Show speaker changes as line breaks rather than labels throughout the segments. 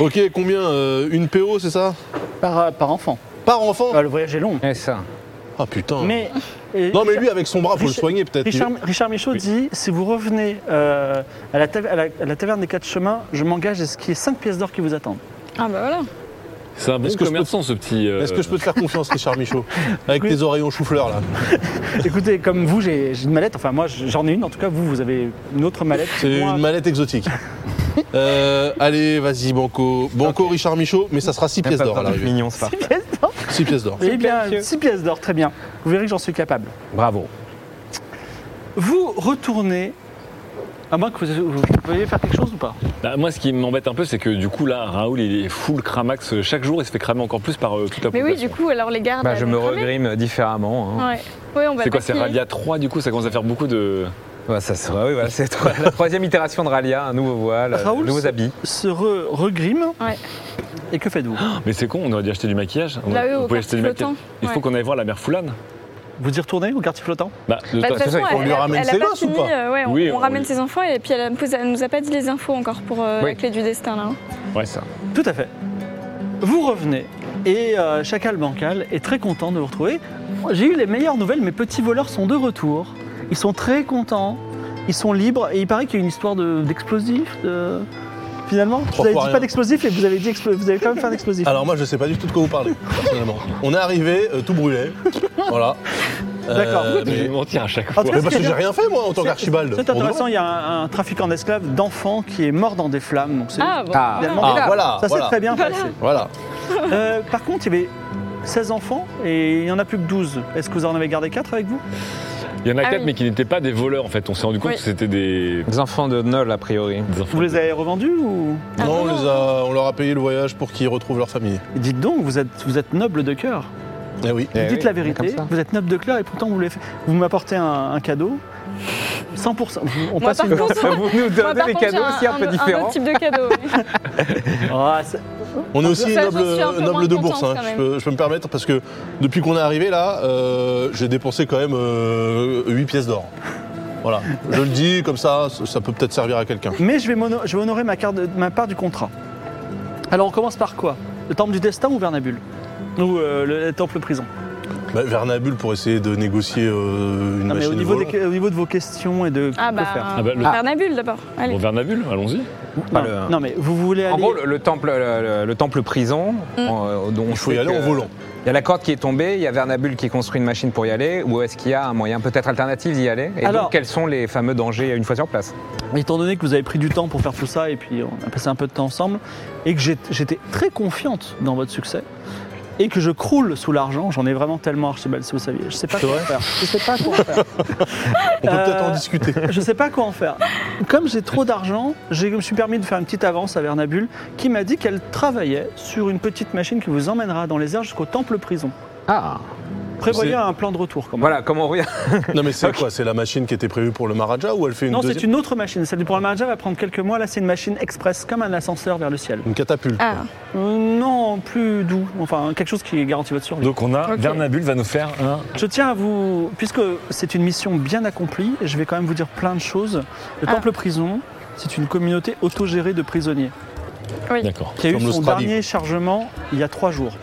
Ok, combien euh, Une PO, c'est ça
par, euh, par enfant.
Par enfant
Bah, le voyage est long.
C'est ça.
Ah putain
Mais, euh,
Non, mais lui, avec son bras, faut le
Richard-
soigner peut-être.
Richard, Richard Michaud dit si vous revenez euh, à, la ta- à la- à la taverne des quatre chemins, je m'engage à ce qu'il y ait 5 pièces d'or qui vous attendent.
Ah bah voilà.
C'est un bon
Est-ce que je
commerçant, ce petit. euh,
Est-ce que je peux te faire confiance, Richard Michaud Avec
Oui.
tes oreillons chou-fleur, là.
Écoutez, comme vous, j'ai j'ai une mallette, enfin moi j'en ai une, en tout cas vous, vous avez une autre mallette. que
C'est
moi.
une mallette exotique. Euh, allez, vas-y, Banco. Banco, Richard Michaud, mais ça sera 6 pièces d'or à l'arrivée.
Mignon, c'est parfait.
6 pièces d'or.
Eh bien,
monsieur.
6 pièces d'or, très bien. Vous verrez que j'en suis capable.
Bravo.
Ah
Vous retournez. À moins que vous, vous veuillez faire quelque chose ou pas
bah, moi, ce qui m'embête un peu, c'est que du coup, là, Raoul, il est full cramax. euh, Chaque jour, il se fait cramer encore plus par euh, toute la
Mais oui,
population.
du coup, alors les gardes.
Bah, je
vont
me
cramer.
regrime différemment. hein.
Ouais. Ouais, on va
C'est quoi, c'est
taquiner.
Ralia 3, du coup, ça commence à faire beaucoup de.
Bah, ça sera, oui, voilà, c'est toi, la troisième itération de Ralia, un nouveau voile, euh,
Raoul,
nouveaux
c'est-
habits.
Se re- regrime.
Ouais.
Et que faites-vous
Mais c'est con, on aurait dû acheter du maquillage. On
Là,
aurait-
eux,
on
Bah au
pouvait
quartier flottant.
Il faut
Ouais.
qu'on aille voir la mère Foulane.
Vous y retournez au quartier flottant
Bah, de toute
Bah, de toute
façon,
façon,
qu'on
elle-
lui
elle-
ramène
elle a
ses
pas
gosses ou
fini,
pas
euh, ouais, on,
Oui,
on
on
ramène
lui-
ses enfants et puis elle, a- elle nous a pas dit les infos encore pour euh,
Oui.
la clé du destin là. hein.
Ouais, ça.
Tout à fait. Vous revenez et euh, Chacal Bancal est très content de vous retrouver. J'ai eu les meilleures nouvelles, mes petits voleurs sont de retour. Ils sont très contents, ils sont libres et il paraît qu'il y a une histoire de- d'explosifs. de- Finalement,
Trois
vous
fois
avez dit
rien. Ah,
pas d'explosifs et vous avez dit explo- vous avez quand même fait un explosif.
Alors, moi, je sais pas du tout de quoi vous parlez, personnellement. On est arrivé, euh, tout brûlé. Voilà.
D'accord.
Euh,
Je vais
mais...
mentir à chaque
En
fois.
tout cas,
mais parce que j'ai rien fait, moi, en tant qu'archibald.
C'est intéressant, il y a un, un trafiquant d'esclaves d'enfants qui est mort dans des flammes. donc c'est-
Ah bon.
Ah.
finalement,
Ah,
voilà.
voilà,
ça s'est
voilà.
très bien
Voilà.
passé.
Voilà.
Euh, par contre, il y avait 16 enfants et il n'y en a plus que 12. Est-ce que vous en avez gardé 4 avec vous
Il y en a
Ah
4,
oui.
mais qui n'étaient pas des voleurs, en fait. On s'est rendu compte
Oui.
que c'était des.
Des enfants de Nol, a priori.
des enfants.
Vous les avez revendus ou
Ah,
non, on,
non,
les a- on leur a payé le voyage pour qu'ils retrouvent leur famille.
Et Dites donc, vous êtes, vous êtes noble de cœur.
Eh oui.
Vous
Eh
dites
oui,
la
comme
vérité,
ça.
vous êtes noble de cœur et pourtant vous, voulez fa- vous m'apportez un, un cadeau. 100%. vous- On
Moi,
passe
par
une
contre,
Vous nous
Moi,
donnez
par
des
contre,
cadeaux
j'ai
aussi un, peu
un
différents.
autre type de cadeau. oui.
Ah, c'est-
On est aussi
Ça, j'en
noble,
suis un peu
noble
moins
de
contente,
bourse, hein.
quand
je,
même.
peux, je peux me permettre, parce que depuis qu'on est arrivé là, euh, j'ai dépensé quand même 8 pièces d'or. Voilà, je le dis comme ça, ça ça peut peut-être servir à quelqu'un.
Mais je vais, mono- je vais honorer ma, carte de- ma part du contrat. Alors on commence par quoi Le temple du destin ou Vernabule Ou euh, le, le temple prison
Bah, Vernabule pour essayer de négocier euh, une
Non, mais
machine
au niveau, des-
volante.
au niveau de vos questions et de
Ah
que
bah.
faire.
Ah bah, le-
Vernabule d'abord. Allez.
Bon, Vernabule, allons-y.
Non,
Pas le-
non, mais vous voulez aller.
En gros, le, le temple, le, le- le temple prison,
Mm.
en, euh, dont on
Il faut y
sait
aller en
que-
volant.
Il y a la corde qui est tombée, il y a Vernabule qui construit une machine pour y aller, ou est-ce qu'il y a un moyen peut-être alternatif d'y aller Et
Alors-
donc, quels sont les fameux dangers une fois sur place
Étant donné que vous avez pris du temps pour faire tout ça et puis on a passé un peu de temps ensemble et que j'ai- j'étais très confiante dans votre succès et que je croule sous l'argent, j'en ai vraiment tellement Archibald si vous saviez. Je sais pas quoi en faire. Je sais pas quoi en faire.
On peut
Euh,
peut-être en discuter.
Je sais pas quoi en faire. Comme j'ai trop d'argent, j'ai- je me suis permis de faire une petite avance à Vernabule qui m'a dit qu'elle travaillait sur une petite machine qui vous emmènera dans les airs jusqu'au temple prison.
Ah
Prévoyez
C'est-
un plan de retour quand même.
Voilà, comment on revient
Non mais c'est quoi C'est la machine qui était prévue pour le Maharaja ou elle fait une
Non, c'est
deuxième
une autre machine. Celle du programme manager va prendre quelques mois. Là, c'est une machine express, comme un ascenseur vers le ciel.
Une catapulte.
Ah.
Euh, non, plus doux. Enfin, quelque chose qui garantit votre survie.
Donc, on a.
Ok.
Vernabule va nous faire un.
Je tiens à vous, puisque c'est une mission bien accomplie, je vais quand même vous dire plein de choses. Le
Ah.
Temple Prison, c'est une communauté autogérée de prisonniers
D'accord.
qui a eu
Comme
son
l'Australie.
dernier chargement il y a trois jours,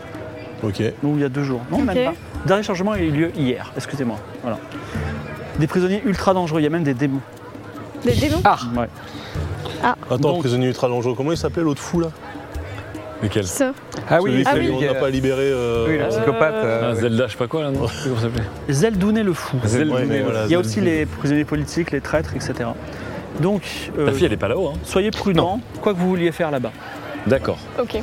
Ok.
ou il y a deux jours, non
Ok.
même pas. Le dernier chargement a eu lieu hier, excusez-moi. Voilà. Des prisonniers ultra dangereux, il y a même des démons.
Des démons.
Ouais.
Attends,
Donc-
prisonnier ultra dangereux. Comment il s'appelait l'autre fou là
Lequel
Ça.
Ah
Celui
ah
qu'on
oui.
n'a pas libéré. euh,
Oui, le psychopathe.
Ah,
euh,
Zelda, je sais pas quoi, là, non Je sais pas Comment ça s'appelait
Zeldouné le fou.
Zelda.
ouais, mais voilà,
Il y a
c'est-
aussi les prisonniers politiques, les traîtres, etc. Donc, euh,
La fille, elle est pas là-haut, hein.
soyez prudents, quoi que vous vouliez faire là-bas.
D'accord.
Ok.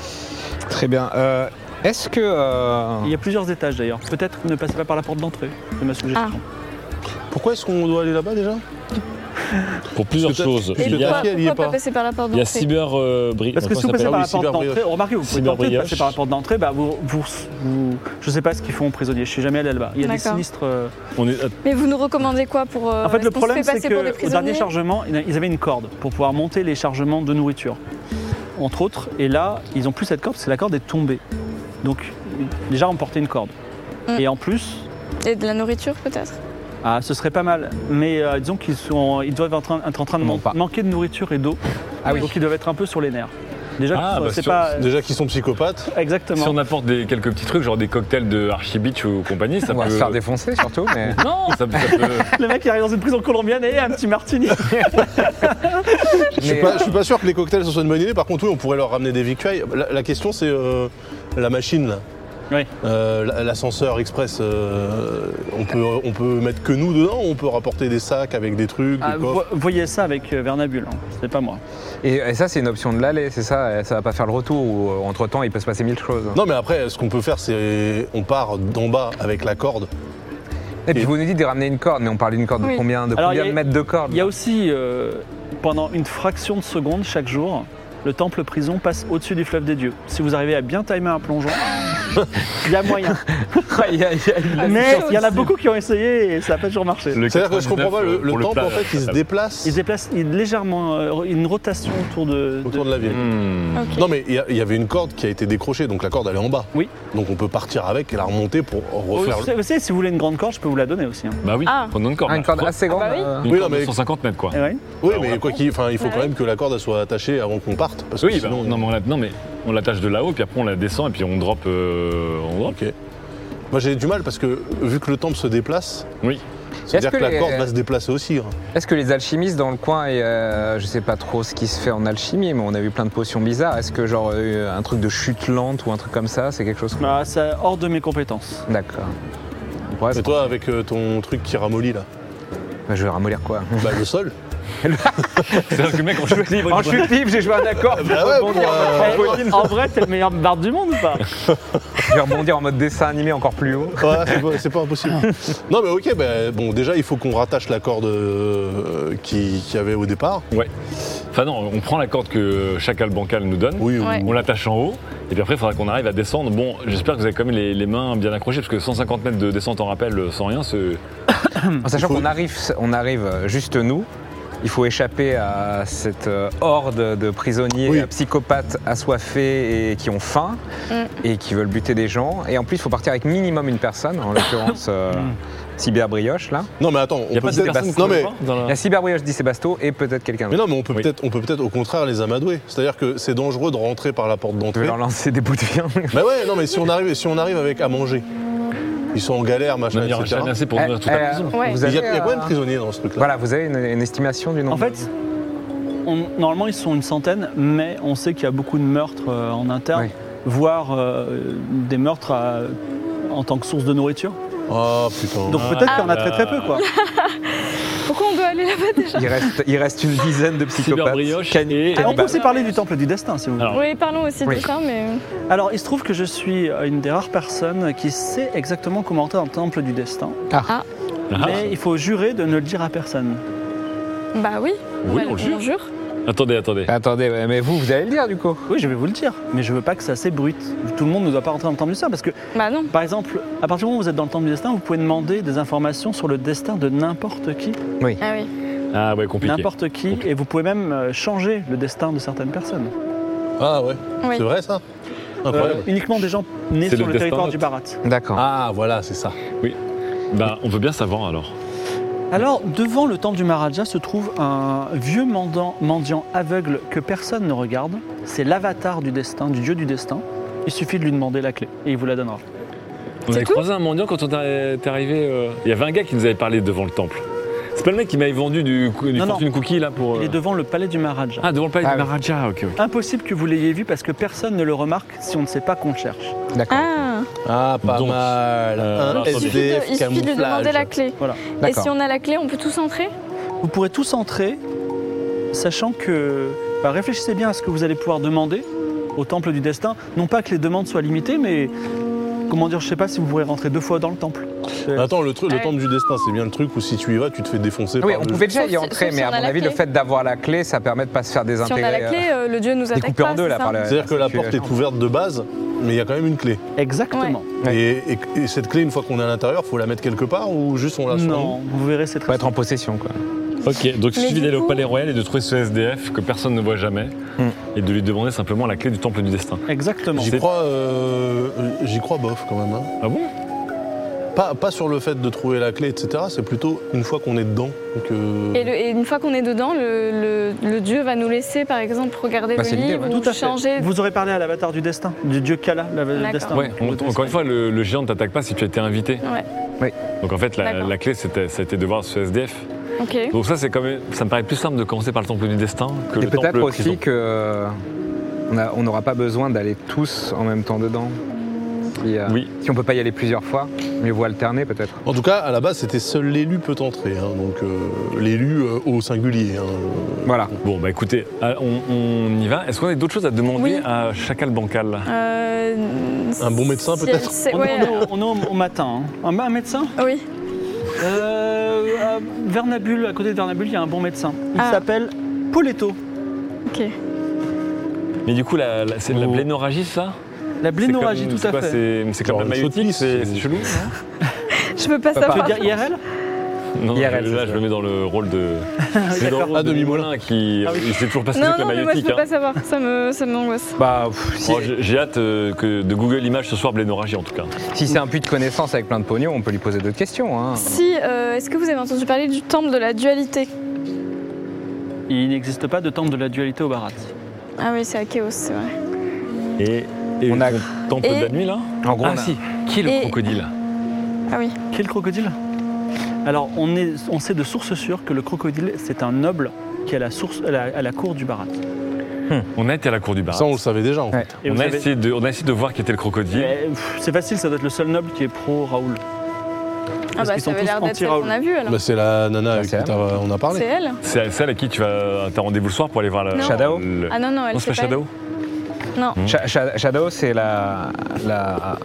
Très bien. Euh, Est-ce que. euh,
Il y a plusieurs étages d'ailleurs. Peut-être ne passez pas par la porte d'entrée, c'est ma suggestion.
Ah.
Pourquoi est-ce qu'on doit aller là-bas déjà
Pour plusieurs
Parce que t'as-
choses.
parce que
Et
Il y a,
pourquoi,
elle y est
pourquoi pas
pas.
passer par la porte
il y a
d'entrée
cyber... euh, bri-
Parce que
comment
si vous passez par
ça s'appelle
Oui,
la porte
cyberbrioche.
d'entrée, remarquez, vous pouvez tenter de
Cyberbrioche.
passer par la porte d'entrée, bah vous, vous, vous- je sais pas ce qu'ils font aux prisonniers, je suis jamais allé là-bas. Il y a des
D'accord.
sinistres. euh,
Ah On est-
Mais vous nous recommandez quoi pour. euh,
En fait,
est-ce
le
qu'on se
problème,
fait
c'est
passer pour des
que au dernier
prisonniers
chargement, ils avaient une corde pour pouvoir monter les chargements de nourriture, entre autres. Et là, ils ont plus cette corde, parce que la corde est tombée. Donc, déjà, on portait une corde.
Mm.
Et en plus,
Et de la nourriture, peut-être
ah, ce serait pas mal. Mais euh, disons qu'ils sont, ils doivent être en train, être en train de
Non,
man-
pas.
manquer de nourriture et d'eau.
Ah oui.
Donc, ils doivent être un peu sur les nerfs. Déjà,
Ah,
euh,
bah,
c'est
sur-
pas
Déjà qu'ils sont psychopathes.
exactement.
Si on apporte des, quelques petits trucs, genre des cocktails de Archie Beach ou compagnie, ça
On va
peut...
se faire défoncer surtout, mais.
Non, ça, peut- ça peut...
Le mec, il arrive dans une prison colombienne et un petit martini.
Je suis,
mais,
pas,
euh,
je suis pas sûr que les cocktails ce soit une bonne idée. Par contre, oui, on pourrait leur ramener des victuailles. La, la question, c'est euh, la machine, là.
Oui.
Euh, la- L'ascenseur express, euh, on, peut, on peut mettre que nous dedans, on peut rapporter des sacs avec des trucs,
Ah,
des
vous
coffres.
vo- voyez ça avec euh, Vernabule, hein. c'est pas moi.
Et, et ça, c'est une option de l'aller, c'est ça euh, Ça va pas faire le retour où, euh, entre-temps, il peut se passer mille choses.
Non, mais après, ce qu'on peut faire, c'est on part d'en bas avec la corde.
Et puis, vous nous dites de ramener une corde, mais on parle d'une corde de
Oui.
combien De
Alors,
combien
il y a-
de mètres de corde
Il y a aussi, euh, pendant une fraction de seconde chaque jour, le temple prison passe au-dessus du fleuve des dieux. Si vous arrivez à bien timer un plongeon, il y a moyen.
Aïe, aïe,
Ah,
aïe.
Mais il y en a beaucoup qui ont essayé et ça n'a pas toujours marché.
le
C'est-à-dire que je
99,
comprends pas, le,
euh,
le
pour
temple,
plat,
en fait, il se
ça-
déplace
Ils se déplacent ils- légèrement euh, une rotation autour de.
autour
de-
de la ville.
Hmm.
Ok.
Non, mais il y a- il y, avait une corde qui a été décrochée, donc la corde, elle est en bas.
Oui.
Donc on peut partir avec et la remonter pour
Oh,
refaire...
vous savez, si vous voulez une grande corde, je peux vous la donner aussi. hein.
Bah oui,
Ah.
prenons une corde.
Ah, une corde
Pre-
assez grande.
Ah bah oui.
euh,
Une
Oui,
corde
non, mais-
de 150 mètres, quoi.
Eh ouais.
Oui,
Ah, on
mais
la
quoi qu'il, enfin, il faut
Ah
quand
oui.
même que la corde elle soit attachée avant qu'on parte, parce que
Oui, bah,
sinon.
non, mais on la, non, mais on l'attache de là-haut, puis après on la descend, et puis on drop. euh, on drop.
Ok. Moi j'ai du mal parce que vu que le temple se déplace,
Oui.
c'est-à-dire
que
que, la
les-
corde va se déplacer aussi. hein.
Est-ce que les alchimistes dans le coin, et euh, je sais pas trop ce qui se fait en alchimie, mais on a vu plein de potions bizarres. Est-ce que genre euh, un truc de chute lente ou un truc comme ça, c'est quelque chose qu'on-
Bah, ça hors de mes compétences.
D'accord. On pourrait-
Et toi avec euh, ton truc qui ramollit là,
Bah, je vais ramollir quoi
bah le sol.
C'est-à-dire que le mec, en chute
Ah,
libre,
En
il
chute libre, j'ai joué un accord.
Ah
Je
bah
vais
Ah ouais,
rebondir
pour,
en mode
Eh,
trampoline.
en vrai, t'es le meilleur barde du monde ou pas
Je vais rebondir en mode dessin animé encore plus haut.
Ouais, c'est pas, c'est pas impossible. non mais ok, bah, bon déjà il faut qu'on rattache la corde euh, qui, qui avait au départ.
Ouais. Enfin non, on prend la corde que Chacal Bancal nous donne,
Oui. ou-
Ouais.
on l'attache en haut, et puis après il faudra qu'on arrive à descendre. Bon, j'espère que vous avez quand même les, les mains bien accrochées, parce que 150 mètres de descente en rappel euh, sans rien, c'est...
En
Hmm. Il
sachant
faut-
qu'on arrive, on arrive juste nous. Il faut échapper à cette euh, horde de prisonniers
Oui.
euh, psychopathes assoiffés et qui ont faim
Mm.
et qui veulent buter des gens. Et en plus, il faut partir avec minimum une personne, en l'occurrence euh,
Hmm.
Cyberbrioche là.
Non mais attends, on
Il n'y a
peut
pas de
peut-être.
personne
non
qu'on
mais.
voit dans la-
Il y a Cyberbrioche, dit Sébasto, et peut-être quelqu'un
Ah. Mais
d'autre.
non, mais on peut
Oui.
peut-être, on peut peut-être au contraire les amadouer. C'est-à-dire que c'est dangereux de rentrer par la porte
Je vais
d'entrée.
leur lancer des bouts de viande.
Bah ouais, non, mais si on arrive, si on arrive avec à manger, ils sont en galère, machin,
Non, mais il y aura
etc.
jamais assez pour nourrir toute
Eh,
la
euh,
maison.
Ouais.
vous
Il y,
avez,
a, il y a combien de
euh,
prisonniers dans ce truc-là
Voilà, vous avez une, une estimation du nombre
En fait, on- normalement, ils sont une centaine, mais on sait qu'il y a beaucoup de meurtres euh, en interne,
Oui.
voire euh, des meurtres à- en tant que source de nourriture.
Oh putain.
Donc peut-être qu'il y en a très très peu, quoi.
Pourquoi on doit aller là-bas déjà
il reste, il reste une dizaine de psychopathes.
Cyberbrioche
Cani-
et-
Ah, on peut
cannibales.
aussi parler du temple du destin, si vous voulez.
Alors.
Alors,
Oui, parlons aussi
Oui.
de ça, mais.
il se trouve que je suis euh, une des rares personnes qui sait exactement comment entrer dans le temple du destin,
Ah,
mais il faut jurer de ne le dire à personne.
Bah oui.
Oui,
Bah,
on le jure. Attendez, attendez.
Attendez, ouais, mais vous, vous allez le dire du coup
Oui, je vais vous le dire, mais je veux pas que ça s'ébrute. Tout le monde ne doit pas rentrer dans le temple du destin, parce que
Bah non.
Par exemple, à partir du moment où vous êtes dans le temple du destin, vous pouvez demander des informations sur le destin de n'importe qui,
Ah oui.
Ah ouais, compliqué.
n'importe qui,
Compliqué.
et vous pouvez même euh, changer le destin de certaines personnes.
Ah ouais,
Oui.
c'est vrai ça
Euh,
Incroyable.
uniquement des gens nés
C'est
sur le,
le destin
territoire
de-
du Barat.
D'accord.
Ah voilà, c'est ça.
Bah, on veut bien savoir alors.
Alors, devant le temple du Maharaja se trouve un vieux mendiant, mendiant aveugle que personne ne regarde. C'est l'avatar du destin, du dieu du destin. Il suffit de lui demander la clé et il vous la donnera.
On
C'est
avait
tout
croisé un mendiant quand on t'a- t'es arrivé. euh, Il y avait un gars qui nous avait parlé devant le temple. C'est pas le mec qui m'avait vendu du, cou- du
Non, non.
fortune cookie là pour.
Il
euh,
est devant le palais du Maharaja.
Ah, devant le palais
Ah
du
oui.
Maharaja, ok, ok.
Impossible que vous l'ayez vu parce que personne ne le remarque si on ne sait pas qu'on le cherche.
D'accord.
Ah
Ah pas
Donc,
mal.
euh,
Un
donc,
Il suffit, de,
SDF
il suffit de lui
camouflage.
demander la clé.
Voilà.
Et
D'accord.
si on a la clé, on peut tous entrer
Vous pourrez tous entrer, sachant que bah, réfléchissez bien à ce que vous allez pouvoir demander au temple du destin. Non pas que les demandes soient limitées, mais comment dire, je sais pas si vous pourrez rentrer deux fois dans le temple.
Attends, le, truc, le
Ouais.
temple du destin, c'est bien le truc où si tu y vas, tu te fais défoncer
Ah Oui,
par
on
le-
pouvait déjà
Sauf
y
si-
entrer,
sauf si
mais
on
à
a
mon
la
avis, le
clé.
fait d'avoir la clé, ça permet de pas se faire
Si on a la
désintégrer.
clé, euh, le dieu nous attaque
coupé en
pas,
deux,
c'est
là,
ça
par la-
C'est-à-dire que la
Tu-
porte est ouverte de base, mais il y a quand même une clé.
Exactement.
Ouais.
Et, et- et cette clé, une fois qu'on est à l'intérieur, faut la mettre quelque part ou juste on la sur
non,
nous
vous verrez, c'est
Faut
très
être en possession, quoi.
Ok, donc il
Mais
suffit
du
d'aller au
coup-
Palais Royal et de trouver ce SDF que personne ne voit jamais
Hmm.
et de lui demander simplement la clé du Temple du Destin.
Exactement.
J'y
C'est-
crois, euh, euh, j'y crois bof quand même. hein.
Ah bon
Pas, pas sur le fait de trouver la clé, etc. C'est plutôt une fois qu'on est dedans euh, que.
Et, le- et une fois qu'on est dedans, le, le- le dieu va nous laisser, par exemple, regarder
Bah,
le
c'est l'idée,
livre
ouais.
ou changer.
Vous aurez parlé à l'avatar du destin, du dieu Kala, l'avatar du
D'accord.
destin.
Ouais, on- encore une fois, le, le géant ne t'attaque pas si tu as été invité.
Ouais.
Oui.
Donc en fait, la,
D'accord.
la clé, c'était, ça a été de voir ce SDF.
Ok.
Donc ça, c'est quand même, ça me paraît plus simple de commencer par le Temple du Destin que
Et
le Temple
peut-être
prison.
aussi que euh, on a- on n'aura pas besoin d'aller tous en même temps dedans. Si, euh,
Oui.
si on peut pas y aller plusieurs fois, mieux vaut alterner peut-être.
En tout cas, à la base, c'était seul l'élu peut entrer. hein, donc euh, l'élu euh, au singulier. hein.
Voilà.
Bon, bah écoutez, ah, on, on y va. Est-ce qu'on a d'autres choses à demander
Oui.
à Chacal Bancal
Euh,
Un bon médecin,
si
peut-être
elle sait-
On,
ouais,
est, on est au- on est au, au matin. hein. Un, un médecin
euh, Oui.
euh, à Vernabule, à côté de Vernabule, il y a un bon médecin. Il
Ah.
s'appelle Poletto.
Ok.
Mais du coup, la, la- c'est de la
Oh.
blénorragie, ça
La
C'est
blénorragie,
comme-
tout
c'est
à
quoi,
fait.
C'est, c'est comme
Genre
la
une
maïotique,
sautisse, c'est-
c'est, c'est chelou
Je veux pas
Papa.
Tu veux
savoir.
dire IRL
Non, non,
IRL,
je- là,
c'est
je
ça. Ah,
le mets dans le rôle de. C'est dans le rôle
À
de
demi-moulin.
Moulin qui.
Ah oui.
Il sait toujours pas ce que c'est
Non,
que la
non, mais moi je
maïotique.
peux
hein.
pas savoir. Ça me, ça m'angoisse.
Bah, pff, si,
Oh, j'ai- J'ai hâte euh, que de Google Images ce soir blénorragie en tout cas.
si c'est un puits de connaissances avec plein de pognon, on peut lui poser d'autres questions. hein.
Si, euh, est-ce que vous avez entendu parler du temple de la dualité
Il n'existe pas de temple de la dualité au Bharati.
Ah oui, c'est à Chaos, c'est vrai.
Et, et
On a-
son temple
Et-
de la nuit là
En gros, on a-
Ah, Qui est le
Et-
crocodile
Ah oui.
Quel crocodile Alors, on, est, on sait de source sûre que le crocodile, c'est un noble qui est à la, source, à la, à la cour du Bharati.
On a été à la cour du
Ah.
bar.
Ça, on le savait déjà. En fait.
Ouais.
Et
on,
vous
a
savez-
essayé de, on a essayé de voir qui était le crocodile.
Mais, pff, C'est facile, ça doit être le seul noble qui est pro Raoul.
Ah
Parce
bah
qu'ils
ça
sont
avait
tous
l'air d'être celle
anti-Raoul.
qu'on a vue alors.
Bah, c'est la nana avec qui
Ah, c'est elle.
t'as- on a parlé.
C'est elle
C'est celle à qui tu vas. T'as rendez-vous le soir pour aller voir la.
Non.
Shadow
le-
Ah non, non, elle
Non, c'est pas
s'est pas-
Shadow
Non.
Sha- Sha- Shadow, c'est la, la,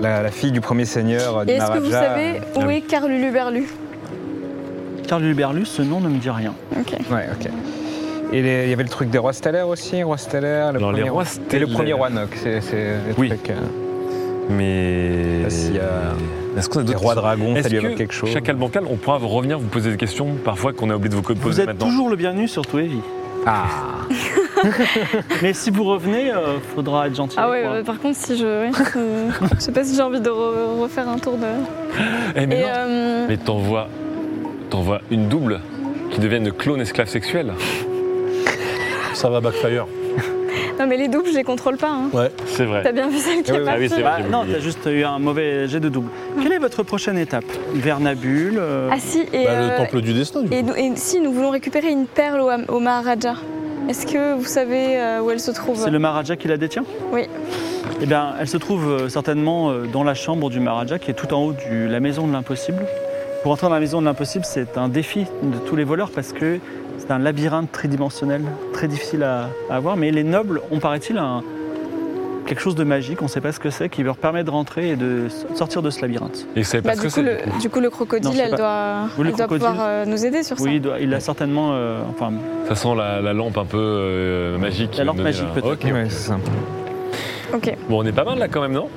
la, la fille du premier seigneur euh,
Et
du
est-ce que
Maharaja.
vous savez
euh,
où est Carl Berlu
Carl Luberlus, ce nom ne me dit rien.
Ok.
Ouais, ok. Et les- il y avait le truc des rois stellaires aussi, rois stellaires, le
Non, les
premier
rois
roi- et le
stellaires.
premier roi Noc, c'est c'est le
Oui.
truc, euh,
Mais.
Parce qu'il y a-
Est-ce qu'on a
les
d'autres
rois dragons, ça
Est-ce
lui
que
évoque quelque chose.
Chacal bancal, on pourra vous revenir vous poser des questions parfois qu'on a oublié de vous poser
Vous êtes
maintenant.
toujours le bienvenu sur Toevi.
Ah,
Mais si vous revenez, euh, faudra être gentil.
Ah
avec
ouais,
moi.
euh, par contre, si je. ouais, euh, je sais pas si j'ai envie de re- refaire un tour de.
Eh, mais
Et
non.
euh,
Mais t'envoies, t'envoies une double qui devient une clone esclave sexuelle.
Ça va backfire.
Non, mais les doubles, je les contrôle pas. hein.
Ouais.
C'est
T'as
vrai.
bien vu celle qui
oui,
est
oui,
partie,
oui, c'est
là.
vrai.
Ah, non, t'as juste eu un mauvais jet de double. Quelle est votre prochaine étape Vernabule euh,
Ah si, et,
Bah,
euh,
le temple du destin. du
et,
coup.
nous- et si nous voulons récupérer une perle au, au Maharaja, est-ce que vous savez euh, où elle se trouve
C'est le Maharaja qui la détient
Oui.
Eh bien, elle se trouve euh, certainement euh, dans la chambre du Maharaja, qui est tout en haut de la maison de l'impossible. Pour entrer dans la maison de l'impossible, c'est un défi de tous les voleurs parce que c'est un labyrinthe tridimensionnel, très difficile à, à avoir. Mais les nobles ont, paraît-il, un- quelque chose de magique, on ne sait pas ce que c'est, qui leur permet de rentrer et de s- sortir de ce labyrinthe.
Et vous savez pas
Bah,
ce
du,
que
coup,
c'est.
le,
du coup.
du coup, le crocodile,
Non, je sais
elle
pas.
doit,
Oui, le
elle doit
crocodile.
pouvoir euh, nous aider sur
Oui, il, doit- il a certainement. euh, enfin,
Ça sent la, la lampe un peu euh, magique.
La lampe
donnée,
magique,
là.
peut-être.
Ok.
ouais, c'est ça.
ça. Ok.
Bon, on est pas mal là quand même, non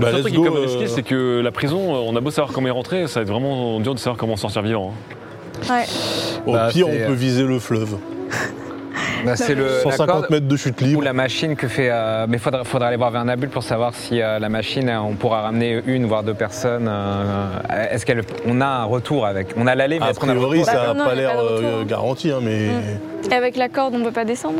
Bah,
Le seul
let's
truc qui
go,
est comme
euh,
risqué, c'est que la prison, euh, on a beau savoir comment y rentrer, ça va être vraiment dur de savoir comment sortir vivant. hein.
Ouais.
Au
Bah,
pire, on
c'est,
peut
euh,
viser le fleuve.
Bah, c'est le la
150
corde
mètres de chute
ou
libre.
la machine que fait. euh, mais faudra, faudra aller voir Vernabule pour savoir si euh, la machine, euh, on pourra ramener une voire deux personnes. euh, Est-ce qu'elle, on a un retour avec On a l'aller, mais
A
est-ce qu'on a le
priori,
retour
Bah,
ça
non,
n'a
non,
pas
il y a
l'air
pas de retour, Mm.
euh,
hein.
garanti, hein, mais.
Et avec la corde, on peut pas descendre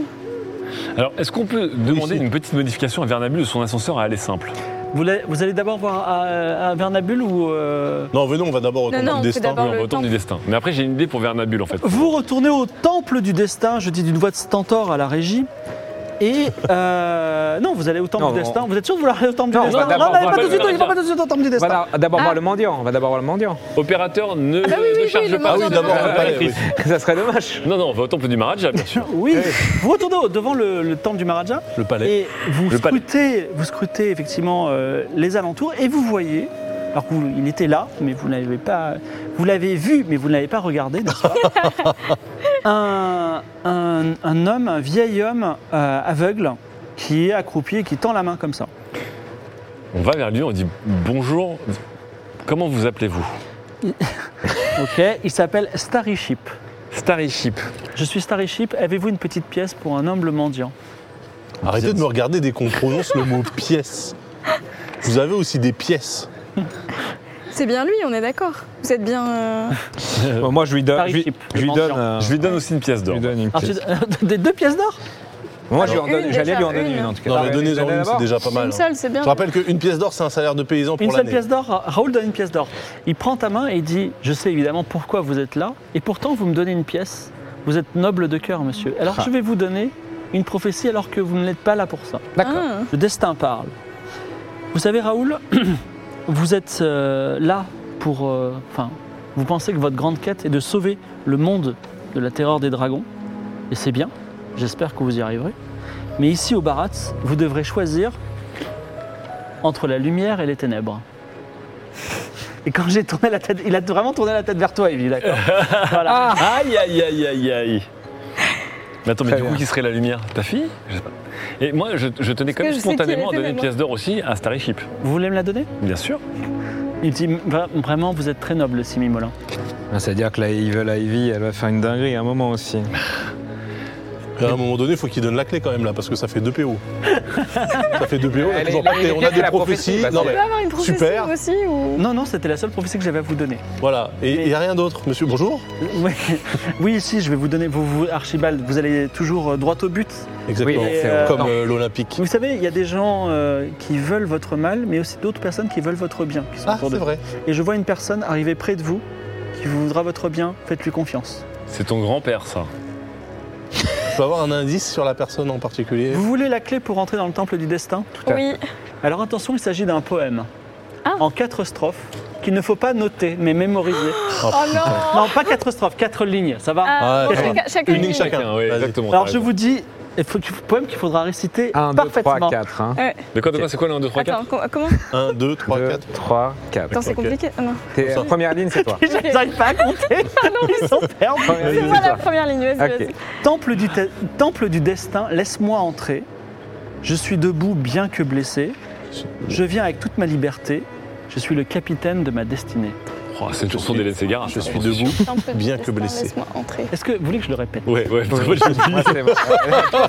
Alors, est-ce qu'on peut demander
si.
une petite modification à Vernabule de son ascenseur à aller simple
vous, la- vous allez d'abord voir à, à Vernabule ou. euh,
Non, venez, on va d'abord au
Non,
temple
non,
du
on fait
destin.
d'abord
Oui, on
le
va au temple
temple.
du destin. Mais après, j'ai une idée pour Vernabule en fait.
Vous retournez au temple du destin, je dis d'une voix de stentor à la régie. Et euh, non, vous allez au temple
Non,
du
on-
destin. Vous êtes sûr que vous voulez aller au temple
Non,
du
on va
destin
d'abord
Non, n'allez
voir
pas
le
tout de suite, il va
Maharaja.
pas tout de suite au temple du
On va
destin.
d'a- d'abord
Ah.
voir le mendiant. On va d'abord voir le mendiant.
Opérateur, ne,
Ah oui,
ne
oui,
charge
oui, le
pas.
Ah oui,
Non,
d'abord,
non,
on
non,
Ah,
va
non,
pas
la
aller, oui.
crise.
ça serait dommage.
Non, non, on va au temple du Maharaja, bien sûr.
Oui, vous retournez au- devant le, le temple du Maharaja
Le palais.
et vous
Le palais.
scrutez, vous scrutez effectivement euh, les alentours et vous voyez Alors que vous- il était là, mais vous l'avez pas. Vous l'avez vu, mais vous ne l'avez pas regardé, n'est-ce pas un, un, un homme, un vieil homme euh, aveugle, qui est accroupi et qui tend la main comme ça.
On va vers lui, on dit bonjour. Comment vous appelez-vous
Ok, il s'appelle Starry Ship.
Starry Ship.
Je suis Starry Ship. Avez-vous une petite pièce pour un humble mendiant
Arrêtez de me regarder dès qu'on prononce le mot pièce. Vous avez aussi des pièces.
C'est bien lui, on est d'accord. Vous êtes bien. euh,
Bon, moi, je lui donne.
Paris
Je, lui-
Chip,
je lui
le
donne.
mendiant.
euh,
Je lui donne aussi une pièce
je
d'or.
lui donne une pièce.
Ensuite, des deux pièces d'or
Moi, je lui en
Une
donne. J'allais
déjà,
lui en donner
une.
une en tout cas.
Non, mais donnez-en
Donnez
une, c'est
d'abord.
déjà pas mal.
Une
hein.
seule, c'est bien.
Je rappelle qu'une pièce d'or, c'est un salaire de paysan
Une
pour
seule
l'année.
pièce d'or, Ra- Raoul donne une pièce d'or. Il prend ta main et il dit Je sais évidemment pourquoi vous êtes là, et pourtant vous me donnez une pièce. Vous êtes noble de cœur, monsieur. Alors je vais vous donner une prophétie alors que vous ne l'êtes pas là pour ça.
D'accord.
Ah,
Le destin parle. Vous savez, Raoul, vous êtes euh, là pour. euh, Enfin, vous pensez que votre grande quête est de sauver le monde de la terreur des dragons. Et c'est bien. J'espère que vous y arriverez. Mais ici, au Baratz, vous devrez choisir entre la lumière et les ténèbres. Et quand j'ai tourné la tête, il a vraiment tourné la tête vers toi, Evie, d'accord Voilà.
Aïe, aïe, aïe, aïe, aïe. Mais attends, mais
Très
du coup,
bien.
qui serait la lumière Ta fille Je sais pas. Et moi, je, je tenais quand
Parce
même
que je sais qui
spontanément à
elle était,
donner une
mais
pièce d'or aussi à Starry Ship.
Vous voulez me la donner
Bien sûr.
Il dit Vra- Vraiment, vous êtes très noble, Simi Molin.
Ah, C'est-à-dire que la Evil Ivy, elle va faire une dinguerie à un moment aussi.
Et à un moment donné, il faut qu'il donne la clé quand même là, parce que ça fait 2 PO. ça fait 2 PO, on a
Elle
toujours
est-
pas
elle
clé.
est-
On a
elle est
des
la prophétie,
prophéties.
bah,
Non
c'est-
mais
On peut avoir une prophétie
Super.
aussi ou...
Non, non, c'était la seule prophétie que j'avais à vous donner.
voilà. Et il n'y a rien d'autre, monsieur. Bonjour.
Oui, Euh, oui, si, je vais vous donner, vous, vous, Archibald, vous allez toujours euh, droit au but.
Exactement.
Oui,
c'est vrai.
Comme
Non.
euh, l'Olympique.
Vous savez, il y a des gens euh, qui veulent votre mal, mais aussi d'autres personnes qui veulent votre bien. Qui sont
Ah,
autour de
c'est
vous.
vrai.
Et je vois une personne arriver près de vous qui vous voudra votre bien, faites-lui confiance.
C'est ton grand-père, ça.
Je peux avoir un indice sur la personne en particulier.
Vous voulez la clé pour entrer dans le temple du destin
à
Oui.
Alors attention, il s'agit d'un poème
Ah.
en quatre strophes qu'il ne faut pas noter, mais mémoriser.
Oh non
Non, pas quatre strophes, quatre lignes, ça va
Ah,
Ouais,
bon,
d'accord.
chacun- chacun
Une ligne
une
chacun.
oui,
Vas-y.
exactement.
Alors
t'as
je
raison.
vous dis, il faut, qu'il- poème qu'il faudra réciter
1, 2, 3,
parfaitement.
4.
De quoi, de quoi, c'est quoi le 1, 2, 3, 4
Attends, com- comment
1, 2, 3,
2,
4.
3, 4.
Attends, c'est compliqué. Ah, non.
Bonsoir.
euh, Première ligne, c'est toi.
J'arrive pas à compter, ils sont perdus.
Première ligne,
C'est
c'est
pas la
toi.
première ligne, vas-y,
Ok.
vas-y.
Temple du, te- temple du destin, laisse-moi entrer. Je suis debout bien que blessé. Je viens avec toute ma liberté. Je suis le capitaine de ma destinée.
Oh, C'est une chanson d'Hélène Ségara.
Je
ça,
suis
c'est
debout.
sûr.
Temple du
Bien que
destin,
blessé.
Laisse-moi entrer.
Est-ce que vous voulez que je le répète
Ouais, ouais. parce que moi,
Oui,
je-
c'est bon.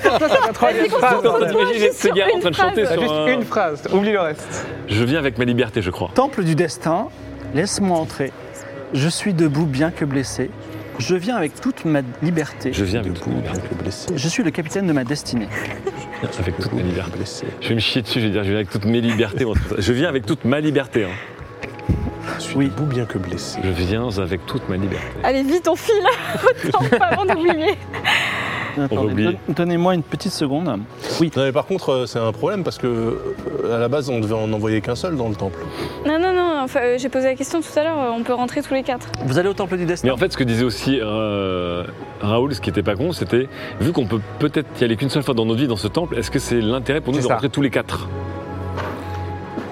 Troisième phrase.
Attends, t'as imaginé Hélène
juste sur
Ségara en train de
une
chanter
phrase.
sur
Juste
un-
une phrase, oublie le reste.
Je viens avec ma liberté, je crois.
Temple du destin, laisse-moi entrer. Je suis debout bien que blessé. Je viens avec toute ma liberté.
Je viens avec toute ma liberté.
Le blessé.
Je suis le capitaine de ma destinée.
Avec toute ma liberté.
Blessé.
Je vais me chier dessus, je vais dire je viens avec toutes mes libertés. mon truc. Je viens avec toute ma liberté. hein.
Je suis
Oui.
debout bien que blessé.
Je viens avec toute ma liberté.
Allez, vite, on file Autant avant d'oublier.
Attendez,
oublier.
don- Donnez-moi une petite seconde.
Non mais par contre, euh, c'est un problème parce que euh, à la base, on devait en envoyer qu'un seul dans le temple.
Non, non, non, enfin, euh, j'ai posé la question tout à l'heure, euh, on peut rentrer tous les quatre.
Vous allez au temple du
Mais
destin.
en fait, ce que disait aussi euh, Raoul, ce qui était pas con, c'était vu qu'on peut peut-être y aller qu'une seule fois dans notre vie dans ce temple, est-ce que c'est l'intérêt pour nous
C'est
de
ça.
rentrer tous les quatre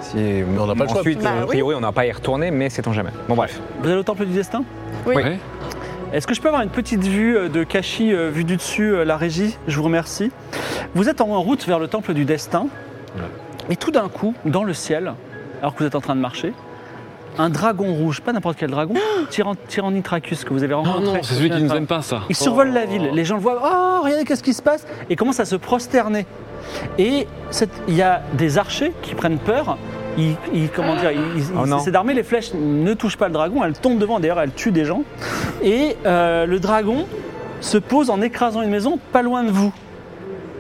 Si, mais
on n'a pas le choix.
Ensuite,
Bah
a
oui.
priori, on n'a pas à y retourner, mais c'est on jamais. Bon, bref.
Vous allez au temple du destin
Oui.
Ouais.
Est-ce que je peux avoir une petite vue euh, de Kashi euh, vue du dessus, euh, la régie Je vous remercie. Vous êtes en route vers le temple du destin. Et tout d'un coup, dans le ciel, alors que vous êtes en train de marcher, un dragon rouge, pas n'importe quel dragon, Tyran- Tyrannithracus que vous avez
Oh
rencontré.
non, c'est celui qui nous aime pas, ça.
Il survole la ville, les gens le voient, oh regardez qu'est-ce qui se passe, et commence à se prosterner. Et cette- il y a des archers qui prennent peur, ils, ils- comment dire, ils, ils-
Oh
ils
non.
essaient d'armer, les flèches ne touchent pas le dragon, elles tombent devant, d'ailleurs elles tuent des gens. Et euh, le dragon se pose en écrasant une maison pas loin de vous.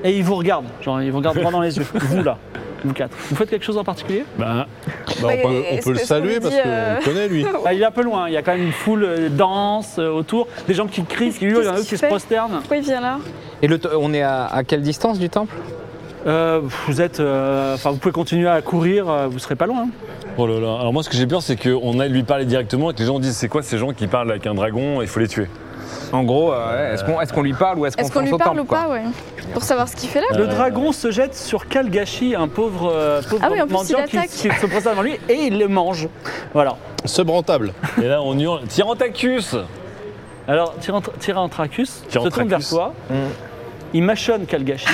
Et il vous regarde, genre il vous regarde droit dans les yeux, vous là, vous quatre. Vous faites quelque chose en particulier
Bah,
Bah,
Ouais,
on peut,
est-ce
on peut le
que- est-ce
saluer
qu'on
parce
dit,
qu'on
euh,
le connaît lui.
Bah, Il est un peu loin, il y a quand même une foule euh, dense euh, autour, des gens qui crient, qui hurlent, il y en a d'autres
Qu'est-ce
qui
qu'il
se
fait
prosternent.
Pourquoi il vient là
Et le t- on est à, à quelle distance du temple
Euh, vous êtes, euh, enfin, vous pouvez continuer à courir, euh, vous serez pas loin.
oh là là. Alors moi, ce que j'ai peur, c'est qu'on aille lui parler directement et que les gens disent c'est quoi ces gens qui parlent avec un dragon, il faut les tuer.
En gros, euh, ouais, est-ce qu'on est-ce qu'on lui parle ou est-ce qu'on
Est-ce qu'on
fonce
lui
au
parle
temple,
ou
quoi
pas, ouais Pour savoir ce qu'il fait là
Le dragon se jette sur Kalgashi, un pauvre, euh, pauvre
Ah oui, en plus,
mendiant
il
qui,
attaque.
qui se présente devant lui et il le mange. Voilà.
Subrentable.
Et là, on hurle Tyrantacus
Oh
Alors, Tyrantracus se tourne vers
Tyrantrachus.
toi.
Mm.
Il mâchonne Kalgashi.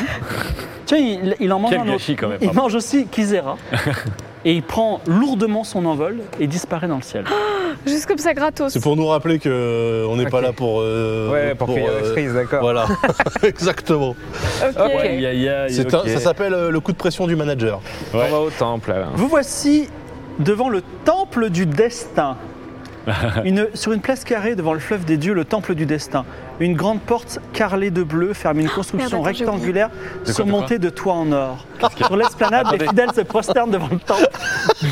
Tiens, il, il en mange
Quel
un autre.
gâchis, quand même.
Il
pardon.
mange aussi Kizera. et il prend lourdement son envol et disparaît dans le ciel.
Juste comme ça, gratos.
C'est pour nous rappeler que euh, on n'est pas
Ok.
là pour. euh,
Ouais, pour, qu'il y ait
euh,
une crise, d'accord.
Voilà, exactement.
Ok.
Ouais, il y a- il y a-
C'est
ok.
un- ça s'appelle euh, le coup de pression du manager.
On va au temple, là.
Vous voici devant le temple du destin. Une- sur une place carrée devant le fleuve des dieux, le temple du destin. Une grande porte carrelée de bleu ferme une construction
attends, j'ai oublié.
rectangulaire
quoi,
surmontée de toits en or. Sur l'esplanade, les fidèles se prosternent devant le temple.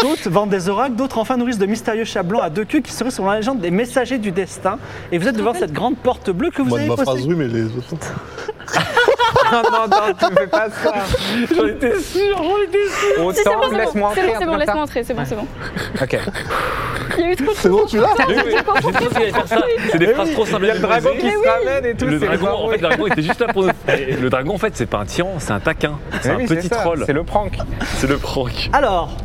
D'autres vendent des oracles, d'autres enfin nourrissent de mystérieux chats blancs à deux queues qui seraient selon la légende des messagers du destin. Et vous êtes devant cette grande porte bleue que vous
Moi de
avez
ma
posée.
phrase, oui, mais les autres.
non, non, non, tu me fais pas ça.
J'en étais sûr, j'en étais sûr
Au
Si, c'est bon,
temple,
c'est
laisse-moi
bon,
entrer.
c'est bon,
un truc
c'est
comme
bon,
ça.
laisse-moi entrer, c'est bon, c'est bon.
Ok.
Il y a eu trop de
C'est bon, tu l'as
Oui, oui, J'ai trop qu'il allait faire ça. C'est des phrases trop simples.
Il y a le
à
dragon qui
mémoriser.
se ramène et tout.
Le
c'est
dragon, en
barboué.
fait, le dragon était juste là pour nous. Et Le dragon, en fait, c'est pas un tyran, c'est un taquin. C'est
Eh
un
oui,
petit
ça,
troll.
C'est le prank.
C'est le prank.
Alors,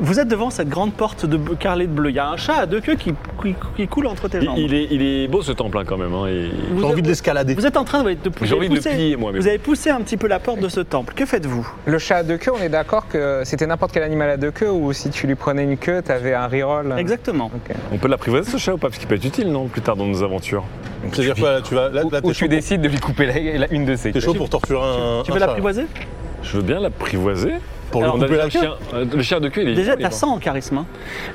vous êtes devant cette grande porte de carrelée de bleu. Il y a un chat à deux queues qui, qui- qui coule entre tes
Il,
jambes.
il est, il est beau ce temple hein, quand même. hein. Il-
Vous
J'ai envie
êtes-
de l'escalader.
Vous êtes en train de, de-
J'ai envie de le
pousser,
plier moi. Mais
vous avez poussé un petit peu la porte de ce temple. Que faites-vous
Le chat à deux queues, on est d'accord que c'était n'importe quel animal à deux queues ou si tu lui prenais une queue, t'avais un reroll.
Ah.
Exactement.
Ok.
on peut l'apprivoiser ce chat ou pas Parce qu'il peut être utile non plus tard dans nos aventures.
C'est-à-dire quoi là, tu vas là,
Ou,
là,
ou
t'es
tu
chaud, pour-
décides de lui couper la, la- une de ses
t'es
queues.
chaud pour torturer
Ah,
un.
Tu
un
veux
chat,
l'apprivoiser
Je veux bien l'apprivoiser.
Pour lui
Alors,
On a
couper
déjà
la
le
queue
chien. euh, Le chien de queue, il est.
Déjà,
il est
t'as
bon.
100 en charisme. hein.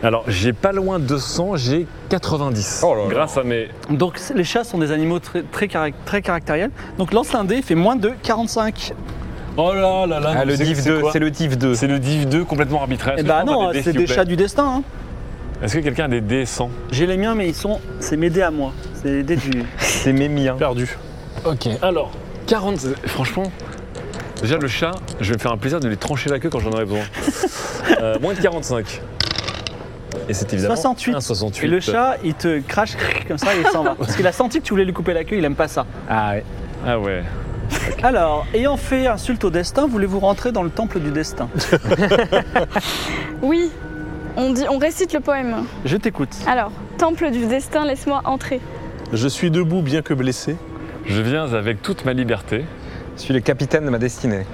Alors, j'ai pas loin de 100, j'ai 90.
Oh là là.
Grâce à mes.
Donc, c- les chats sont des animaux très, très, carac- très caractériels. Donc, lance un dé, fait moins de 45.
Oh là là là.
Ah, le div 2, c'est le div 2.
C'est le div 2 complètement arbitraire.
Eh
Est-ce que
bah
je peux avoir
non,
des dés,
c'est
s'il
des
vous plaît
chats du destin. hein.
Est-ce que quelqu'un a des dés 100
J'ai les miens, mais ils sont. C'est mes dés à moi. C'est les dés du.
C'est mes
hein.
miens.
Perdu.
Ok. Alors, 40. Franchement, déjà le chat, je vais me faire un plaisir de lui trancher la queue quand j'en aurai besoin. Euh, moins de 45. Et c'est évidemment.
68.
un 68.
Et le chat, il te crache comme ça et il s'en va. Parce qu'il a senti que tu voulais lui couper la queue, il aime pas ça.
Ah ouais.
Ah ouais.
Alors, ayant fait insulte au destin, voulez-vous rentrer dans le temple du destin
Oui, on, dit, on récite le poème.
Je t'écoute.
Alors, temple du destin, laisse-moi entrer.
Je suis debout, bien que blessé.
Je viens avec toute ma liberté.
Je suis le capitaine de ma destinée.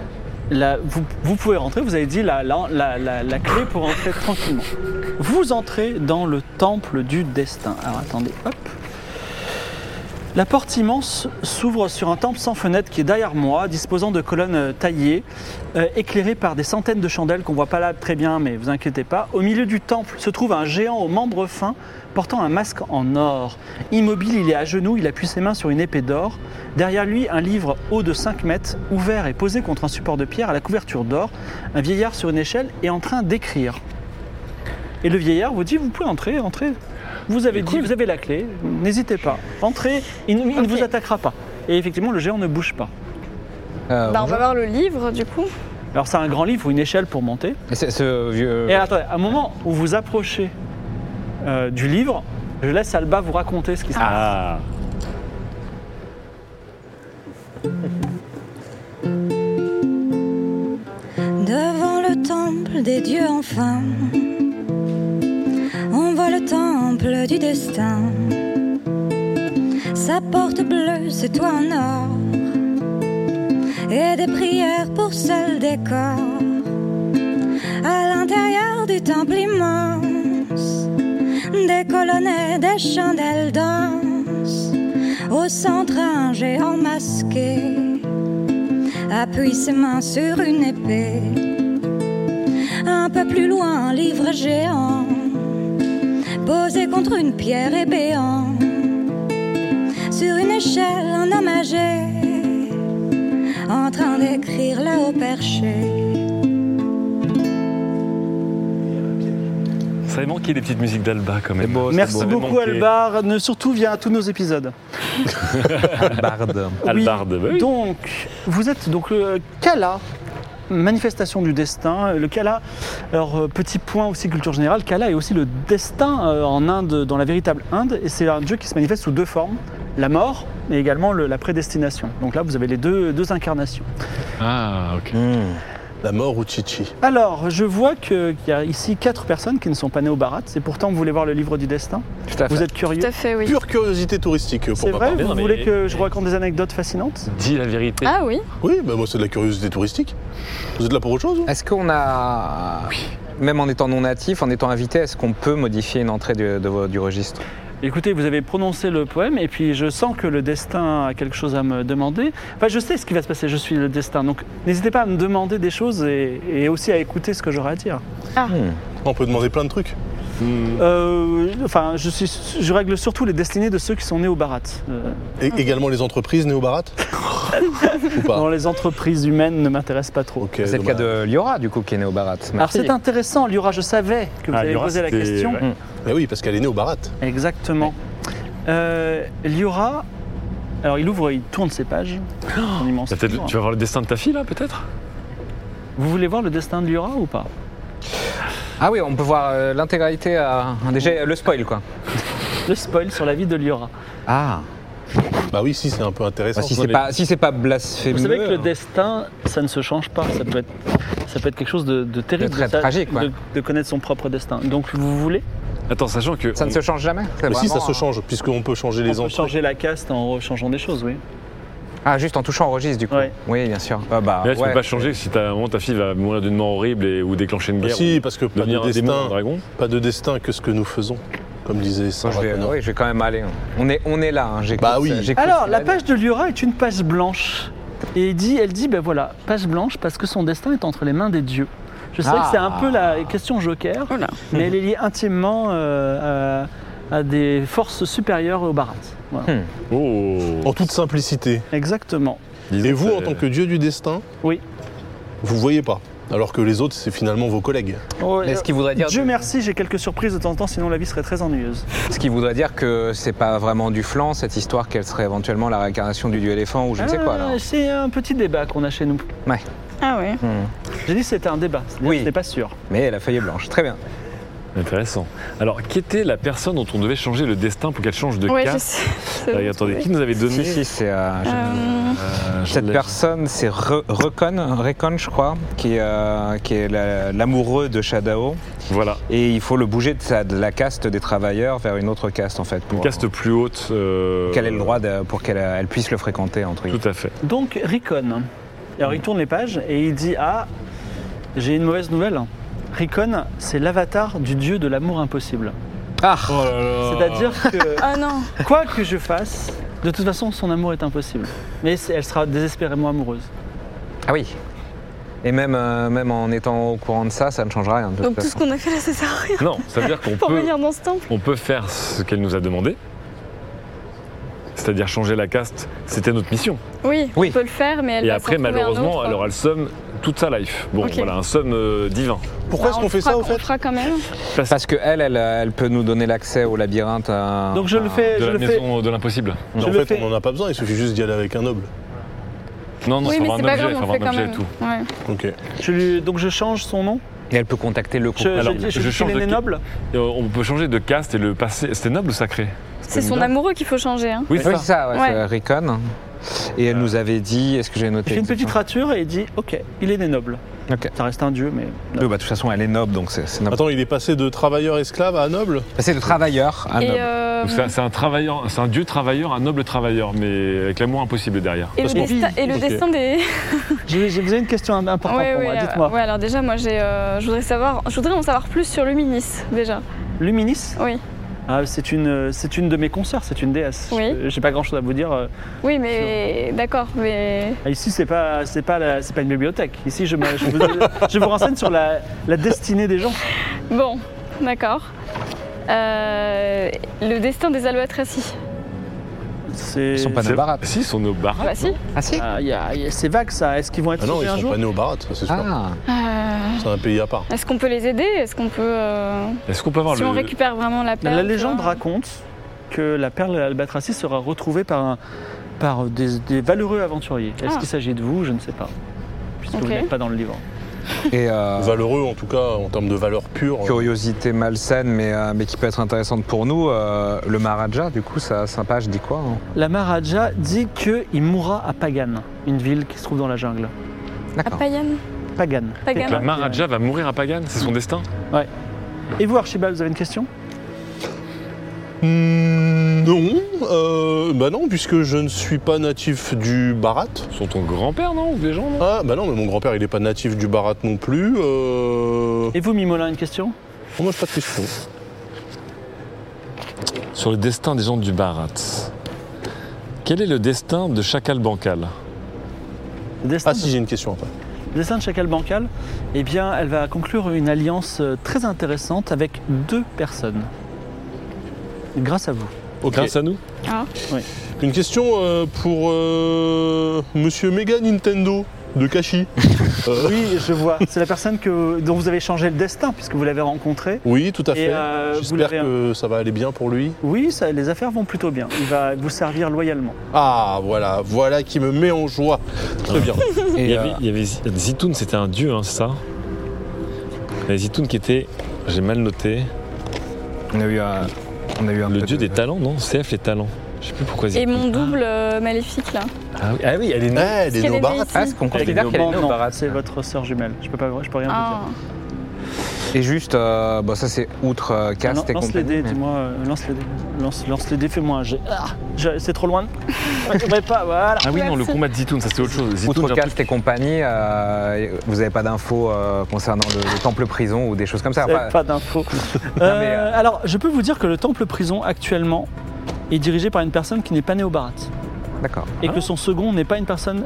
La- vous, vous pouvez rentrer, vous avez dit la, la, la- la- la clé pour entrer tranquillement. Vous entrez dans le temple du destin. Alors attendez, hop. La porte immense s'ouvre sur un temple sans fenêtre qui est derrière moi, disposant de colonnes euh, taillées, euh, éclairées par des centaines de chandelles qu'on voit pas là très bien, mais vous inquiétez pas. Au milieu du temple se trouve un géant aux membres fins portant un masque en or. Immobile, il est à genoux, il appuie ses mains sur une épée d'or. Derrière lui, un livre haut de 5 mètres, ouvert et posé contre un support de pierre à la couverture d'or. Un vieillard sur une échelle est en train d'écrire. Et le vieillard vous dit, vous pouvez entrer, entrez. Vous avez dit, vous avez la clé, n'hésitez pas. Entrez, il, ne- il ne
Ok.
vous attaquera pas. Et effectivement, le géant ne bouge pas.
Euh,
Bah, on
bonjour.
va voir le livre du coup.
Alors c'est un grand livre ou une échelle pour monter.
Et c'est- ce vieux.
Et attendez, à un moment où vous approchez euh, du livre, je laisse Alba vous raconter ce qui se passe.
Ah.
devant le temple des dieux enfin. On voit le temple du destin. Sa porte bleue, ses toits en or. Et des prières pour seul décor. À l'intérieur du temple immense, des colonnes et des chandelles dansent. Au centre, un géant masqué appuie ses mains sur une épée. Un peu plus loin, un livre géant, posé contre une pierre et béant. Sur une échelle, un homme âgé, en train d'écrire là au perché.
Ça avait manqué des petites musiques d'Alba quand même.
C'est beau, c'est
Merci
beau.
Oh, bon.
beaucoup
Manqué.
Albar, ne surtout viens à tous nos épisodes.
Barde.
Albarde. bah oui.
Donc, vous êtes donc le Kala, manifestation du destin. Le Kala, alors euh, petit point aussi culture générale, Kala est aussi le destin euh, en Inde, dans la véritable Inde, et c'est un dieu qui se manifeste sous deux formes. la mort mais également le- la prédestination. Donc là, vous avez les deux, deux incarnations.
Ah, ok.
Mmh.
La mort ou Chichi
Alors, je vois que- qu'il y a ici quatre personnes qui ne sont pas nées au Barat, et pourtant vous voulez voir le livre du destin.
Tout à fait.
Vous êtes
Tout
curieux.
à fait, oui.
Pure curiosité touristique pour
C'est
ma
vrai
part.
Vous
non, mais-
voulez que je raconte des anecdotes fascinantes
Dis la vérité.
Ah oui
Oui, bah moi c'est de la curiosité touristique. Vous êtes là pour autre chose vous
Est-ce qu'on a. Même en étant non natif, en étant invité, est-ce qu'on peut modifier une entrée du, de vo- du registre
Écoutez, vous avez prononcé le poème, et puis je sens que le destin a quelque chose à me demander. Enfin, je sais ce qui va se passer, je suis le destin. Donc, n'hésitez pas à me demander des choses et, et aussi à écouter ce que j'aurai à dire.
On peut demander plein de trucs.
Euh, enfin, je, suis, je règle surtout les destinées de ceux qui sont nés au Barat. Euh,
Et
Ah.
également les entreprises néo-barates Ou
Ah.
Dans
pas
les entreprises humaines ne m'intéressent pas trop.
Ok,
C'est le cas
dommage.
de Liora, du coup, qui est né au Barat.
Alors c'est intéressant, Liora, je savais que vous
Ah,
alliez
Liora,
poser la
c'était-
question.
ouais.
Eh oui, parce qu'elle est néo-barate.
Exactement. Euh, Liora, alors il ouvre, il tourne ses pages.
Oh,
Son immense
T'as peut-être-
livre.
Tu vas voir le destin de ta fille, là, peut-être
Vous voulez voir le destin de Liora ou pas
Ah oui, on peut voir euh, l'intégralité. à- Déjà, euh, le spoil, quoi.
Le spoil sur la vie de Liora.
Ah
Bah oui, si, c'est un peu intéressant.
Si c'est pas, si c'est pas blasphémeux.
Vous savez que le destin, ça ne se change pas. Ça peut être, ça peut être quelque chose de, de terrible.
De très
ça-
tragique, quoi.
de- de connaître son propre destin. Donc vous voulez
Attends, sachant que.
Ça ne se change jamais c'est
Mais si, ça
vraiment,
se change, puisqu'on peut changer les
On peut
entrées.
changer la caste en changeant des choses, oui.
hein. Ah, juste en touchant au registre, du coup.
Ouais.
Oui, bien sûr. Ah, bah,
Mais là, tu
ouais.
peux pas changer si ta, à un moment, ta fille va mourir d'une mort horrible et- ou déclencher une
Bah
guerre.
si,
ou
parce que pas
devenir
de,
un démon, un
destin,
dragon.
pas de destin que ce que nous faisons, comme disait
Non,
Sarah
je vais,
Connor.
oui, je vais quand même aller. On est, on est là. hein, j'écoute,
euh, Bah oui.
euh, j'écoute.
Alors, la page de Liora est une page blanche. Et il dit, elle dit, ben voilà, page blanche parce que son destin est entre les mains des dieux. Je sais que c'est un
Ah.
peu la question joker,
Voilà.
mais elle est liée intimement euh, à, à des forces supérieures au Barat. Voilà.
Oh
En toute simplicité.
Exactement.
Disons
Et vous,
que
en
c'est-
tant que dieu du destin,
Oui.
vous voyez pas. Alors que les autres, c'est finalement vos collègues.
Mais ce qui voudrait dire,
Dieu merci, j'ai quelques surprises de temps en temps, sinon la vie serait très ennuyeuse.
ce qui voudrait dire que c'est pas vraiment du flanc cette histoire qu'elle serait éventuellement la réincarnation du dieu éléphant ou je ne sais quoi.
Ah,
Euh,
alors.
C'est un petit débat qu'on a chez nous.
Ah oui.
J'ai dit que c'était un débat, c'est-à-dire
Oui.
que c'était pas sûr.
Hmm. Mais la feuille est blanche. Très bien.
Intéressant. Alors, qui était la personne dont on devait changer le destin pour qu'elle change de
Ouais, je
caste
sais.
Ah, et Attendez, qui nous avait donné
Si, si, c'est. euh, je-
Euh,
Euh, je
Cette
l'ai-
personne, c'est Re- Recon, Recon, je crois, qui, euh, qui est la- l'amoureux de Shadao.
Voilà.
Et il faut le bouger de, sa- de la caste des travailleurs vers une autre caste, en fait. Pour,
Une caste plus haute. euh,
pour qu'elle ait le droit de- pour qu'elle euh, elle puisse le fréquenter, entre guillemets.
Tout à fait.
Donc, Ricon. Alors, il tourne les pages et il dit Ah, j'ai une mauvaise nouvelle. Ricon, c'est l'avatar du dieu de l'amour impossible.
Ah
Oh.
C'est-à-dire que,
Ah non.
quoi que je fasse, de toute façon, son amour est impossible. Mais c'est- elle sera désespérément amoureuse.
Ah oui Et même, euh, même en étant au courant de ça, ça ne changera rien. de toute
Donc tout
façon.
ce qu'on a fait là, ça sert à rien
Non, ça veut dire qu'on
pour
peut,
venir dans ce temple.
on peut faire ce qu'elle nous a demandé. C'est-à-dire changer la caste, c'était notre mission.
Oui,
Oui.
on peut le faire, mais elle
et
va
après,
s'en trouver un
malheureusement,
autre.
elle aura le somme toute sa life. Bon,
Ok.
voilà, un somme euh, divin.
Pourquoi
Bah,
est-ce
on
qu'on
le
fait
fera-
ça, au
On
fait
le fera quand même.
Parce qu'elle, elle, elle peut nous donner l'accès au labyrinthe. euh,
Donc, je le
euh,
fais.
Ah. De
Je
la
le fais.
maison de l'impossible.
je
En
le
fait,
fais.
on n'en a pas besoin, il suffit juste d'y aller avec un noble.
Non, non,
oui,
il
mais
faut
c'est
avoir
pas
un objet,
grave,
il faut
on
avoir
le
un
fait quand
objet
même.
et tout.
Ouais.
Ok.
Je lui- donc, je change son nom.
Et elle peut contacter le
Je,
couple.
je-
Alors,
je,
je
dis
change
qu'il
de
est
qui-
noble.
Et euh, on peut changer de caste et le passé. C'était noble ou sacré
C'est
une
son
dame.
amoureux qu'il faut changer. Hein.
Oui,
Oui, c'est ça, ouais,
Ouais.
c'est Recon. Et elle nous avait dit, est-ce que j'ai
Il
noté
fait une petite
exactement
rature et il dit Ok, il est né noble.
Ok.
Ça reste un dieu, mais.
Oui, bah, de toute façon, elle est noble, donc c'est c'est n'importe
Attends, il est passé de travailleur esclave à noble
quoi. C'est le travailleur, un
Et,
noble.
euh,
Donc, C'est c'est un travailleur, c'est un dieu travailleur, un noble travailleur, mais avec l'amour impossible derrière.
et le,
parce qu'on
destin,
vit.
et le
Ok.
destin des.
J'ai- j'ai- Vous avez une question importante
Ouais,
pour moi,
ouais,
dites-moi.
euh, ouais, alors déjà, moi, j'ai, euh, je voudrais savoir, je voudrais en savoir plus sur Luminis déjà.
Luminis
Oui,
Ah, c'est une, euh, c'est une de mes consoeurs, c'est une déesse.
Oui.
Je- J'ai pas grand chose à vous dire. euh.
oui, mais d'accord, mais
Ah, Ici, c'est pas, c'est pas, la- c'est pas une bibliothèque. Ici, je, me- je vous, je vous renseigne sur la, la destinée des gens.
bon, d'accord. Euh, le destin des albatracies.
C'est.
Ils sont pas
C'est-
Barat.
Si, ils sont nos barats.
Bah si.
Ah si
Ah, y a- y a- c'est vague ça. Est-ce qu'ils vont être
Ah non,
sauvés
ils
un
sont
jour
pas nés au barat, ça c'est sûr.
Ah,
Euh,
C'est un pays à part.
Est-ce qu'on peut les aider Est-ce qu'on peut euh,
Est-ce qu'on peut avoir
Si
le.
on récupère vraiment la euh, perle
La
tu
légende
vois.
raconte que la perle albatracie sera retrouvée par, un- par des, des valeureux aventuriers. Est-ce
Ah.
qu'il s'agit de vous Je ne sais pas. Puisque
Ok.
vous n'êtes pas dans le livre.
Et euh,
Valeureux en tout cas, en termes de valeur pure.
curiosité malsaine, mais, euh, mais qui peut être intéressante pour nous, euh, le Maharaja, du coup, ça, sa page dit quoi hein
La Maharaja dit qu'il mourra à Pagan, une ville qui se trouve dans la jungle.
À
D'accord.
Payan.
Pagan.
Pagan.
Quelqu'un
La
qui-
Maharaja va mourir à Pagan, c'est son destin
Et vous, Archibald, vous avez une question
Hmm, non, euh, bah non, puisque je ne suis pas natif du Barat.
Sont ton grand-père, non Ou des gens, non
Ah bah non, mais mon grand-père il est pas natif du Barat non plus. Euh...
Et vous, Mimolin, une question
Oh, moi j'ai pas de question.
Sur le destin des gens du Barat. Quel est le destin de Chacal Bancal
Le destin,
Ah si j'ai une question après.
le destin de Chacal Bancal, eh bien, elle va conclure une alliance euh, très intéressante avec deux personnes. Grâce à vous.
Ok.
Grâce à nous
Une question euh, pour euh, Monsieur Mega Nintendo de Kashi. Euh,
Oui, je vois. C'est la personne que, dont vous avez changé le destin, puisque vous l'avez rencontrée.
oui, tout à
Et
fait.
euh, vous
J'espère
l'avez-
que ça va aller bien pour lui.
Oui, ça- les affaires vont plutôt bien. Il va vous servir loyalement.
Ah voilà, voilà qui me met en joie. Très bien.
il,
Et,
y
euh,
avait, il y avait Z- Zitoun, c'était un dieu, hein, c'est ça Il y avait Zitoun qui était, j'ai mal noté,
on a eu un, on a eu un
le
peu
dieu
de-
des talents, non CF les talents. Je sais plus pourquoi
Et
Zitoun.
mon double euh, maléfique là.
Ah oui, ah oui, elle est
Eh,
née.
elle
Est-ce
est
qu'elle
nos
est née
Barat.
ici
Ah, ce qu'on
Elle est
considère qu'elle est
Non,
née au
non,
Barat.
c'est votre sœur jumelle. Je peux pas, je peux rien vous dire.
Ah.
Et juste, euh, bon, ça c'est outre
Ah
euh,
Non,
caste et
lance les
compagnie.
dés,
mais-
dis-moi, euh, lance les dés. Lance, lance les dés, fais-moi un jet. Ah, je- c'est trop loin. Je pourrais pas, voilà.
Ah oui, non, le combat de Zitoun, ça c'est autre chose. Zitoun,
Outre
j'ai un
caste et compagnie, euh, vous n'avez pas d'infos euh, concernant le, le temple prison ou des choses comme ça.
Ah
Vous avez
bah.
Enfin,
Pas d'infos.
mais, euh,
Euh, Alors, je peux vous dire que le temple prison actuellement est dirigé par une personne qui n'est pas née au Barat.
D'accord.
Et
Ah.
que son second n'est pas une personne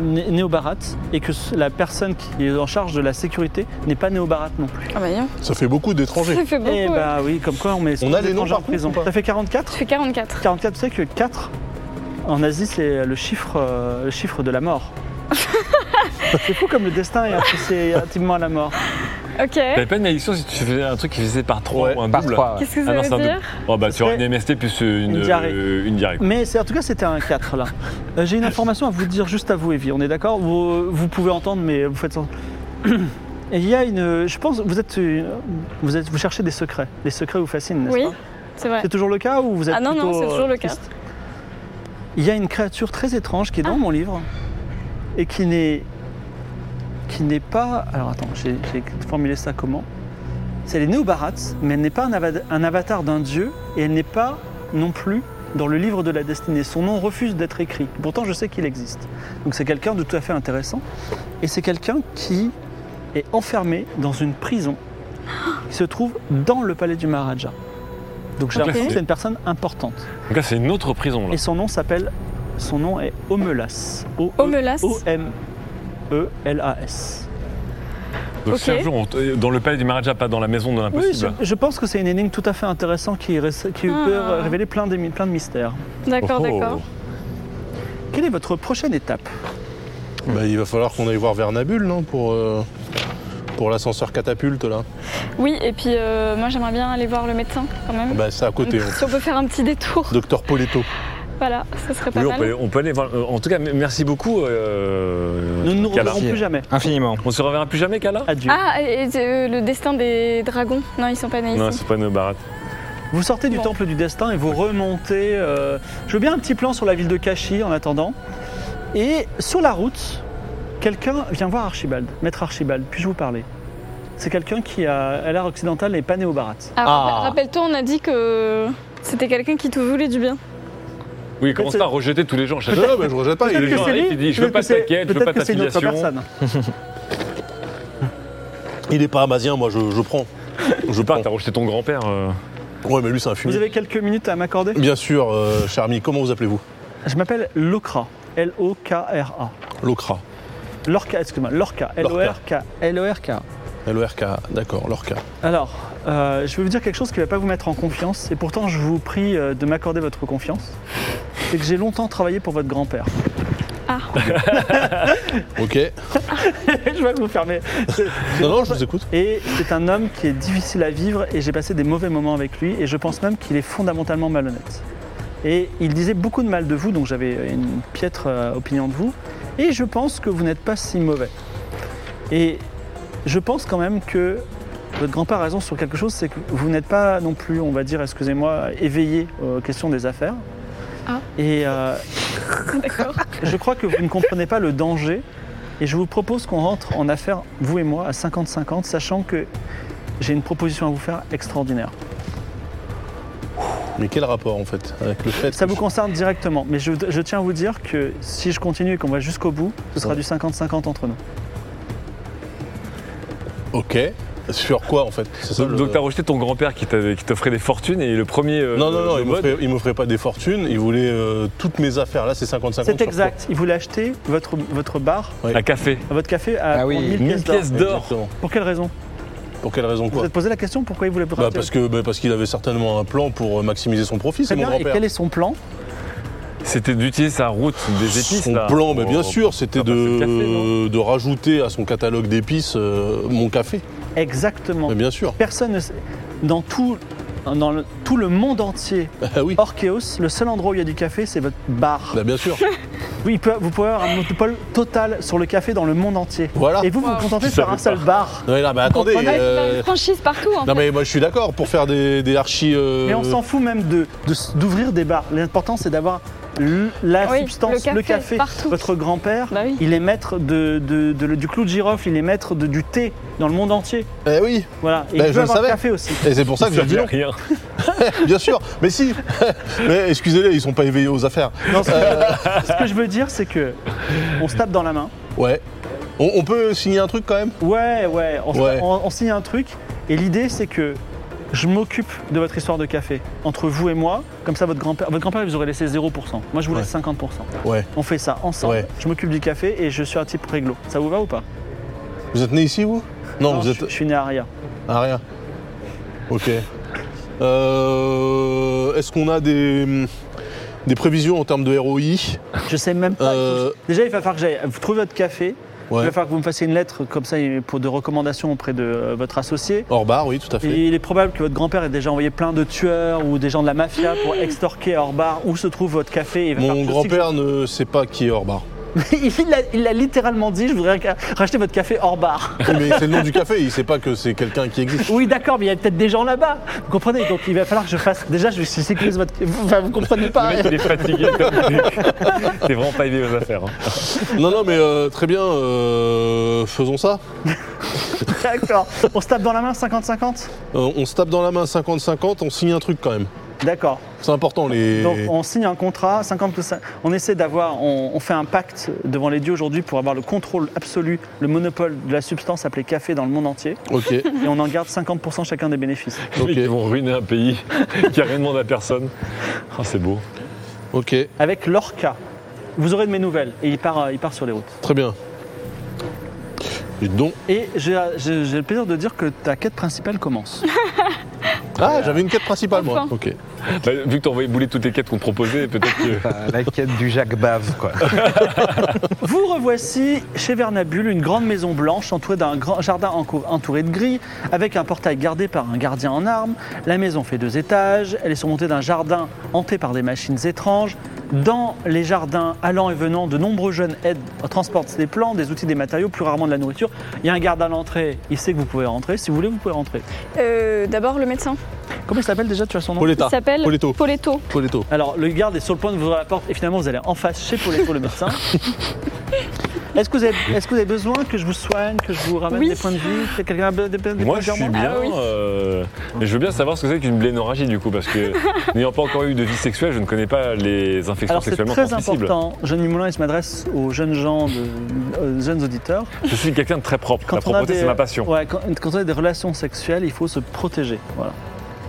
né- née au Barat. Et que s- la personne qui est en charge de la sécurité n'est pas née au Barat non plus.
Ah bah non.
Ça fait beaucoup d'étrangers.
Ça fait beaucoup.
Eh
ouais.
bah oui, comme quoi on met
On a les noms
étrangers
par
en
contre
prison.
ou pas
Ça fait
Je
44
fais 44.
44, tu sais que 4 en Asie, c'est le chiffre, euh, le chiffre de la mort. c'est fou comme le destin est associé intimement à la mort.
Ok.
T'avais pas une malédiction si tu faisais un truc qui faisait par 3
Ouais,
ou un
Par
double
trois, ouais.
Qu'est-ce que ça
Ah non,
veut
c'est un
dire
double. Oh bah tu auras
serait
une MST plus une,
une diarrhée.
euh, une diarrhée.
Mais c'est- en tout cas, c'était un 4 là. Euh, J'ai une information à vous dire juste à vous, Evie. On est d'accord vous, vous pouvez entendre, mais vous faites. sans- Et Il y a une. Je pense vous êtes, une- vous êtes. Vous cherchez des secrets. Les secrets vous fascinent, n'est-ce
Oui,
pas
c'est vrai.
C'est toujours le cas ou vous êtes
Ah non, non,
plutôt,
c'est toujours
euh,
le cas.
triste Il y a une créature très étrange qui est
Ah.
dans mon livre et qui n'est qui n'est pas. Alors attends, j'ai j'ai formulé ça comment C'est elle est née au Bharat, mais elle n'est pas un, ava- un avatar d'un dieu et elle n'est pas non plus dans le livre de la destinée. Son nom refuse d'être écrit. Pourtant, je sais qu'il existe. Donc c'est quelqu'un de tout à fait intéressant et c'est quelqu'un qui est enfermé dans une prison qui se trouve dans le palais du Maharaja. Donc j'ai
Ok.
l'impression que c'est une personne importante.
Donc là c'est une autre prison là.
Et son nom s'appelle. Son nom est Omelas. O-
Omelas
O-M-E-L-A-S.
Donc
ok.
si un jour on t- dans le palais du Maharaja, pas dans la maison de
Oui, je,
l'impossible.
je pense que c'est une énigme tout à fait intéressante qui, res- qui
Ah.
peut révéler plein de, plein de mystères.
D'accord,
Oh, oh.
d'accord.
Quelle est votre prochaine étape
Bah, il va falloir qu'on aille voir Vernabule, non Pour, euh, pour l'ascenseur catapulte, là.
Oui, et puis euh, moi j'aimerais bien aller voir le médecin quand
Ah
même.
Bah, c'est à côté. hein.
Si on peut faire un petit détour,
Docteur Poletto.
voilà, ça serait pas
Oui, on
mal.
peut, aller, on peut aller voir. euh, En tout cas, m- merci beaucoup. euh,
Nous ne nous
Kala.
reverrons plus jamais.
Infiniment.
On se reverra plus jamais, Kala
Adieu.
Ah, et, et, euh, le destin des dragons. Non, ils sont pas nés
Non,
ici.
c'est pas nos barattes.
Vous sortez du
Bon.
temple du destin et vous remontez. euh, je veux bien un petit plan sur la ville de Kashi en attendant. Et sur la route, quelqu'un vient voir Archibald, maître Archibald. Puis-je vous parler C'est quelqu'un qui a, à l'ère occidentale et pas né au Barat.
Alors,
Ah.
Rappelle-toi, on a dit que c'était quelqu'un qui te voulait du bien.
Oui, commence
Peut-être-
pas à rejeter tous les gens.
Non, non, mais je rejette pas. il est
Peut-être que
gentil.
gens
c'est
arrivent,
lui.
ils disent, je veux
peut-être
pas
que c'est-
t'inquiète, je veux
peut-être
pas
que
ta
c'est une autre
filiation.
personne.
Il est pas amazien, moi je, je prends.
Je pars, t'as rejeté ton grand-père. euh.
Ouais, mais lui c'est un fumier.
Vous avez quelques minutes à m'accorder
Bien sûr, euh, cher ami, comment vous appelez-vous
Je m'appelle Lokra. L-O-K-R-A.
L'Ocra.
Lorca, excuse-moi, Lorca. L-O-R-K. L-O-R-K.
L-O-R-K, d'accord, l'Orca.
Alors, euh, je vais vous dire quelque chose qui ne va pas vous mettre en confiance, et pourtant je vous prie euh, de m'accorder votre confiance. C'est que j'ai longtemps travaillé pour votre grand-père.
Ah,
Ok.
je vais vous fermer. C'est-
Non, non, je vous écoute.
Et c'est un homme qui est difficile à vivre et j'ai passé des mauvais moments avec lui et je pense même qu'il est fondamentalement malhonnête. Et il disait beaucoup de mal de vous, donc j'avais une piètre euh, opinion de vous. Et je pense que vous n'êtes pas si mauvais. Et je pense quand même que votre grand-père a raison sur quelque chose, c'est que vous n'êtes pas non plus, on va dire, excusez-moi, éveillé aux questions des affaires.
Ah.
Et euh,
D'accord.
je crois que vous ne comprenez pas le danger. Et je vous propose qu'on rentre en affaires, vous et moi, à 50-50, sachant que j'ai une proposition à vous faire extraordinaire.
Mais quel rapport en fait avec le fait
Ça
que
vous concerne directement, mais je, je tiens à vous dire que si je continue et qu'on va jusqu'au bout, ce sera
Ouais.
du 50-50 entre nous.
Ok. Sur quoi en fait C'est ça
Donc,
le-
donc t'as rejeté ton grand-père qui t'avait- qui t'offrait des fortunes et le premier. euh,
Non, non, non,
de
il
mode-
m'offrait- il m'offrait pas des fortunes, il voulait euh, toutes mes affaires. Là, c'est 50-50.
C'est
sur
exact. Il voulait acheter votre, votre bar,
Oui.
Un café.
votre café à
Ah oui,
pour 1000
1000
pièces d'or.
pièces
quoi
d'or.
Exactement.
Pour quelle raison
Pour quelle raison
Vous vous
quoi
êtes posé la question pourquoi il voulait
bah,
partir
parce que bah, parce qu'il avait certainement un plan pour euh, maximiser son profit, c'est
Très
mon
bien, et
grand-père.
quel est son plan
C'était d'utiliser sa route des épices.
Son
là, Oh.
plan, bah,
pour-
bien sûr, c'était
pour faire passer
de,
le café, non
de rajouter à son catalogue d'épices euh, mon café.
Exactement.
Bah, bien sûr.
Personne ne sait- Dans tout, dans le, tout le monde entier,
Ah oui.
Orchéos, le seul endroit où il y a du café, c'est votre bar.
Bah, bien sûr.
Oui, il peut- vous pouvez avoir un monopole total sur le café dans le monde entier.
Voilà.
Et vous, vous vous contentez de faire un seul bar.
Non, mais là, bah, attendez.
On a
euh,
une franchise partout. En
Non
fait.
mais moi je suis d'accord pour faire des, des archis. euh,
Mais on s'en fout même de- de- d'ouvrir des bars. L'important, c'est d'avoir l- la
Oui,
substance, le
le
café.
café, partout.
Votre grand-père,
Bah oui.
il est maître de, de- de- du clou de girofle, il est maître de- du thé dans le monde entier.
Eh oui.
Voilà. Et
Bah,
il
je
veut
le
avoir le
savais.
café aussi.
Et c'est pour ça que j'ai dit non.
rien.
Bien sûr. Mais si. mais excusez-les, ils sont pas éveillés aux affaires.
Non, ce, que, ce que je veux dire, c'est que on se tape dans la main.
Ouais. On, on peut signer un truc quand même
Ouais, ouais, on, se-
Ouais.
on- on signe un truc. Et l'idée, c'est que je m'occupe de votre histoire de café entre vous et moi. Comme ça, votre grand-père, votre grand-père, il vous aurait laissé 0%. Moi, je vous laisse 50%.
Ouais.
On fait ça ensemble.
Ouais.
Je m'occupe du café et je suis un type réglo. Ça vous va ou pas
Vous êtes né ici vous Non, vous
je,
êtes
je suis né à Aria.
ah rien. Ok. Euh, Est-ce qu'on a des des prévisions en termes de ROI
Je sais même pas.
Euh.
Déjà, il va falloir que j'aille vous trouver votre café. Il
Ouais.
va falloir que vous me fassiez une lettre comme ça pour de recommandations auprès de euh, votre associé.
Hors bar, oui, tout à fait.
Et il est probable que votre grand-père ait déjà envoyé plein de tueurs ou des gens de la mafia pour extorquer à bar où se trouve votre café. Il va
Mon
falloir que je
grand-père ne sait pas qui est hors bar.
Il l'a il l'a littéralement dit, je voudrais ca- racheter votre café hors bar.
Oui, mais c'est le nom du café, il sait pas que c'est quelqu'un qui existe.
Oui, d'accord, mais il y a peut-être des gens là-bas. Vous comprenez Donc il va falloir que je fasse. Déjà, je sécurise votre. Enfin, vous comprenez pas. hein.
Il est fatigué. comme- T'es vraiment pas aidé aux affaires. hein.
Non, non, mais euh, très bien, euh, faisons ça.
D'accord. On se tape dans la main 50-50
Euh, on se tape dans la main 50-50, on signe un truc quand même.
D'accord.
C'est important les.
Donc on signe un contrat, 50 plus 5. On essaie d'avoir. On, on fait un pacte devant les dieux aujourd'hui pour avoir le contrôle absolu, le monopole de la substance appelée café dans le monde entier.
Ok.
Et on en garde 50% chacun des bénéfices.
Ok.
Ils vont ruiner un pays qui a rien demandé à personne. Oh, c'est beau.
Ok.
Avec l'orca. Vous aurez de mes nouvelles. Et il part, euh, il part sur les routes.
Très bien. Dites donc. ah,
Et j'ai j'ai- j'ai le plaisir de dire que ta quête principale commence.
Ah, j'avais une quête principale moi.
Enfin.
Ok.
Bah, vu que t'as envoyé bouler toutes les quêtes qu'on te proposait, peut-être que.
Enfin, Euh, la quête du Jacques Bave, quoi.
Vous revoici chez Vernabule, une grande maison blanche entourée d'un grand jardin encou- entouré de grilles, avec un portail gardé par un gardien en armes. La maison fait deux étages, elle est surmontée d'un jardin hanté par des machines étranges. Dans les jardins, allant et venant, de nombreux jeunes aident, transportent des plants, des outils, des matériaux, plus rarement de la nourriture. Il y a un garde à l'entrée, il sait que vous pouvez rentrer. Si vous voulez, vous pouvez rentrer.
Euh, D'abord le médecin.
Comment il s'appelle déjà Tu as son nom
Poletta.
Il s'appelle
Poletto.
Poletto.
Poletto.
Alors, le garde est sur le point de vous ouvrir la porte et finalement, vous allez en face chez Poletto, le médecin. Est-ce que, vous avez, est-ce que vous avez besoin que je vous soigne, que je vous ramène
Oui.
des points de vie que Quelqu'un a be- des, des points
Moi,
de
je
vie en
suis
moins
bien.
Ah oui.
euh, mais je veux bien savoir ce que c'est qu'une blénorragie, du coup, parce que n'ayant pas encore eu de vie sexuelle, je ne connais pas les infections
Alors, c'est
sexuellement
très
transmissibles.
important. Jeanne Moulin, il se m'adresse aux jeunes gens, de, aux jeunes auditeurs.
Je suis quelqu'un de très propre. La propreté, c'est ma passion.
ouais, quand, quand on a des relations sexuelles, il faut se protéger. Voilà.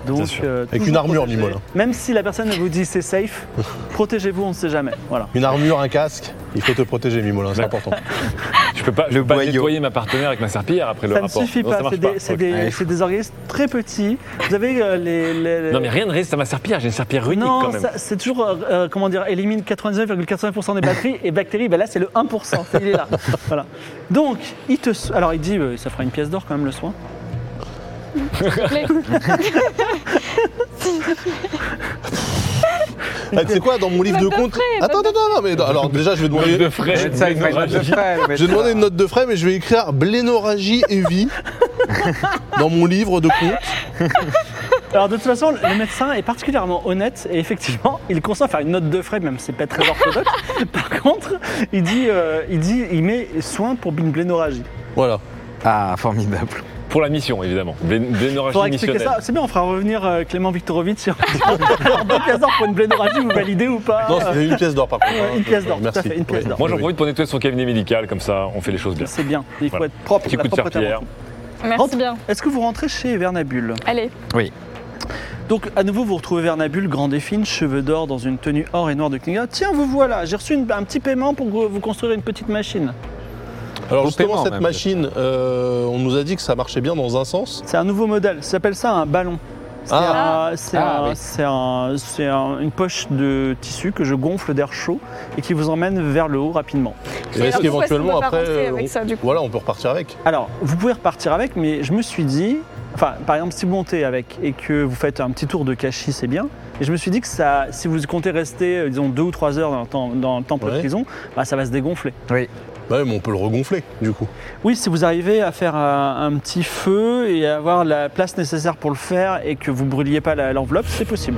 Bien
Donc,
sûr.
euh,
Avec
toujours
une armure,
protéger.
Mimol.
Même si la personne vous dit c'est safe, protégez-vous, on ne sait jamais. Voilà.
Une armure, un casque. Il faut te protéger, Mimolin, c'est important.
Je peux pas, je peux pas
boyau.
nettoyer ma partenaire avec ma serpillière après le
ça ne
rapport.
suffit
Non,
pas.
ça marche
c'est des, c'est
Ok.
des- c'est des organismes très petits. Vous avez euh, les, les-
Non, mais rien ne reste à ma serpillière. J'ai une serpillière unique
non,
quand même.
ça- c'est toujours, euh, euh, comment dire, élimine 99,89% des batteries et bactéries, ben là c'est le 1%, il est là. voilà. Donc, il te. so- Alors il dit, euh, ça fera une pièce d'or quand même le soin.
Les-
Ah, tu sais quoi, dans mon livre de
Note de
compte.
frais,
Attends, attends, attends, mais dans- alors déjà, je vais demander.
de frais,
Ça, il faut être de près, mais
J'ai
ça-
demandé une note de frais, mais je vais écrire blénorragie et vie dans mon livre de compte.
Alors de toute façon, le médecin est particulièrement honnête et effectivement, il consent à faire une note de frais, même si c'est pas très orthodoxe. Par contre, il dit, euh, il dit, il met soin pour une blénorragie.
Voilà.
Ah, formidable.
Pour la mission, évidemment. Blé-
Faudra
Blénorragie
expliquer
missionnelle.
ça. C'est bien, on fera revenir euh, Clément Viktorovitch sur. Alors dans 15 heures pour une blénorragie, vous validez ou pas
Non, c'était une pièce d'or par contre. hein.
Ouais, une pièce d'or, tout à
Merci.
fait, une pièce
Oui.
d'or.
Moi, j'en
Oui.
profite pour nettoyer son cabinet médical, comme ça, on fait les choses bien.
Euh, C'est bien. Il faut
Voilà.
être propre.
Petit
la
coup de
propreté
serpillière.
avant
Merci
Rentre.
bien.
tout. Est-ce que vous rentrez chez Vernabule
Allez.
Donc à nouveau, vous retrouvez Vernabule, grande et fine, cheveux d'or dans une tenue or et noire de Klinga. Tiens, vous voilà. J'ai reçu une- un petit paiement pour vous vous construire une petite machine.
Alors
Au
justement,
paiement,
cette
même.
machine, euh, on nous a dit que ça marchait bien dans un sens.
C'est un nouveau modèle, ça s'appelle ça un ballon. C'est
Ah.
un- c'est
Ah,
un-
oui.
c'est un- c'est un- une poche de tissu que je gonfle d'air chaud et qui vous emmène vers le haut
Et
rapidement.
alors,
Est-ce
pourquoi est-ce qu'on
qu'éventuellement
va pas
après,
rentrer
euh,
avec
on-
ça, du coup
voilà, on peut repartir avec.
Alors, vous pouvez repartir avec, mais je me suis dit, enfin, par exemple, si vous montez avec et que vous faites un petit tour de Kashi, c'est bien. Et je me suis dit que ça, si vous comptez rester, euh, disons, deux ou trois heures dans le, tem- dans le temple de
Ouais.
prison, bah, ça va se dégonfler.
Bah oui, mais on peut le regonfler du coup.
Oui, si vous arrivez à faire un, un petit feu et à avoir la place nécessaire pour le faire et que vous brûliez pas la- l'enveloppe, c'est possible.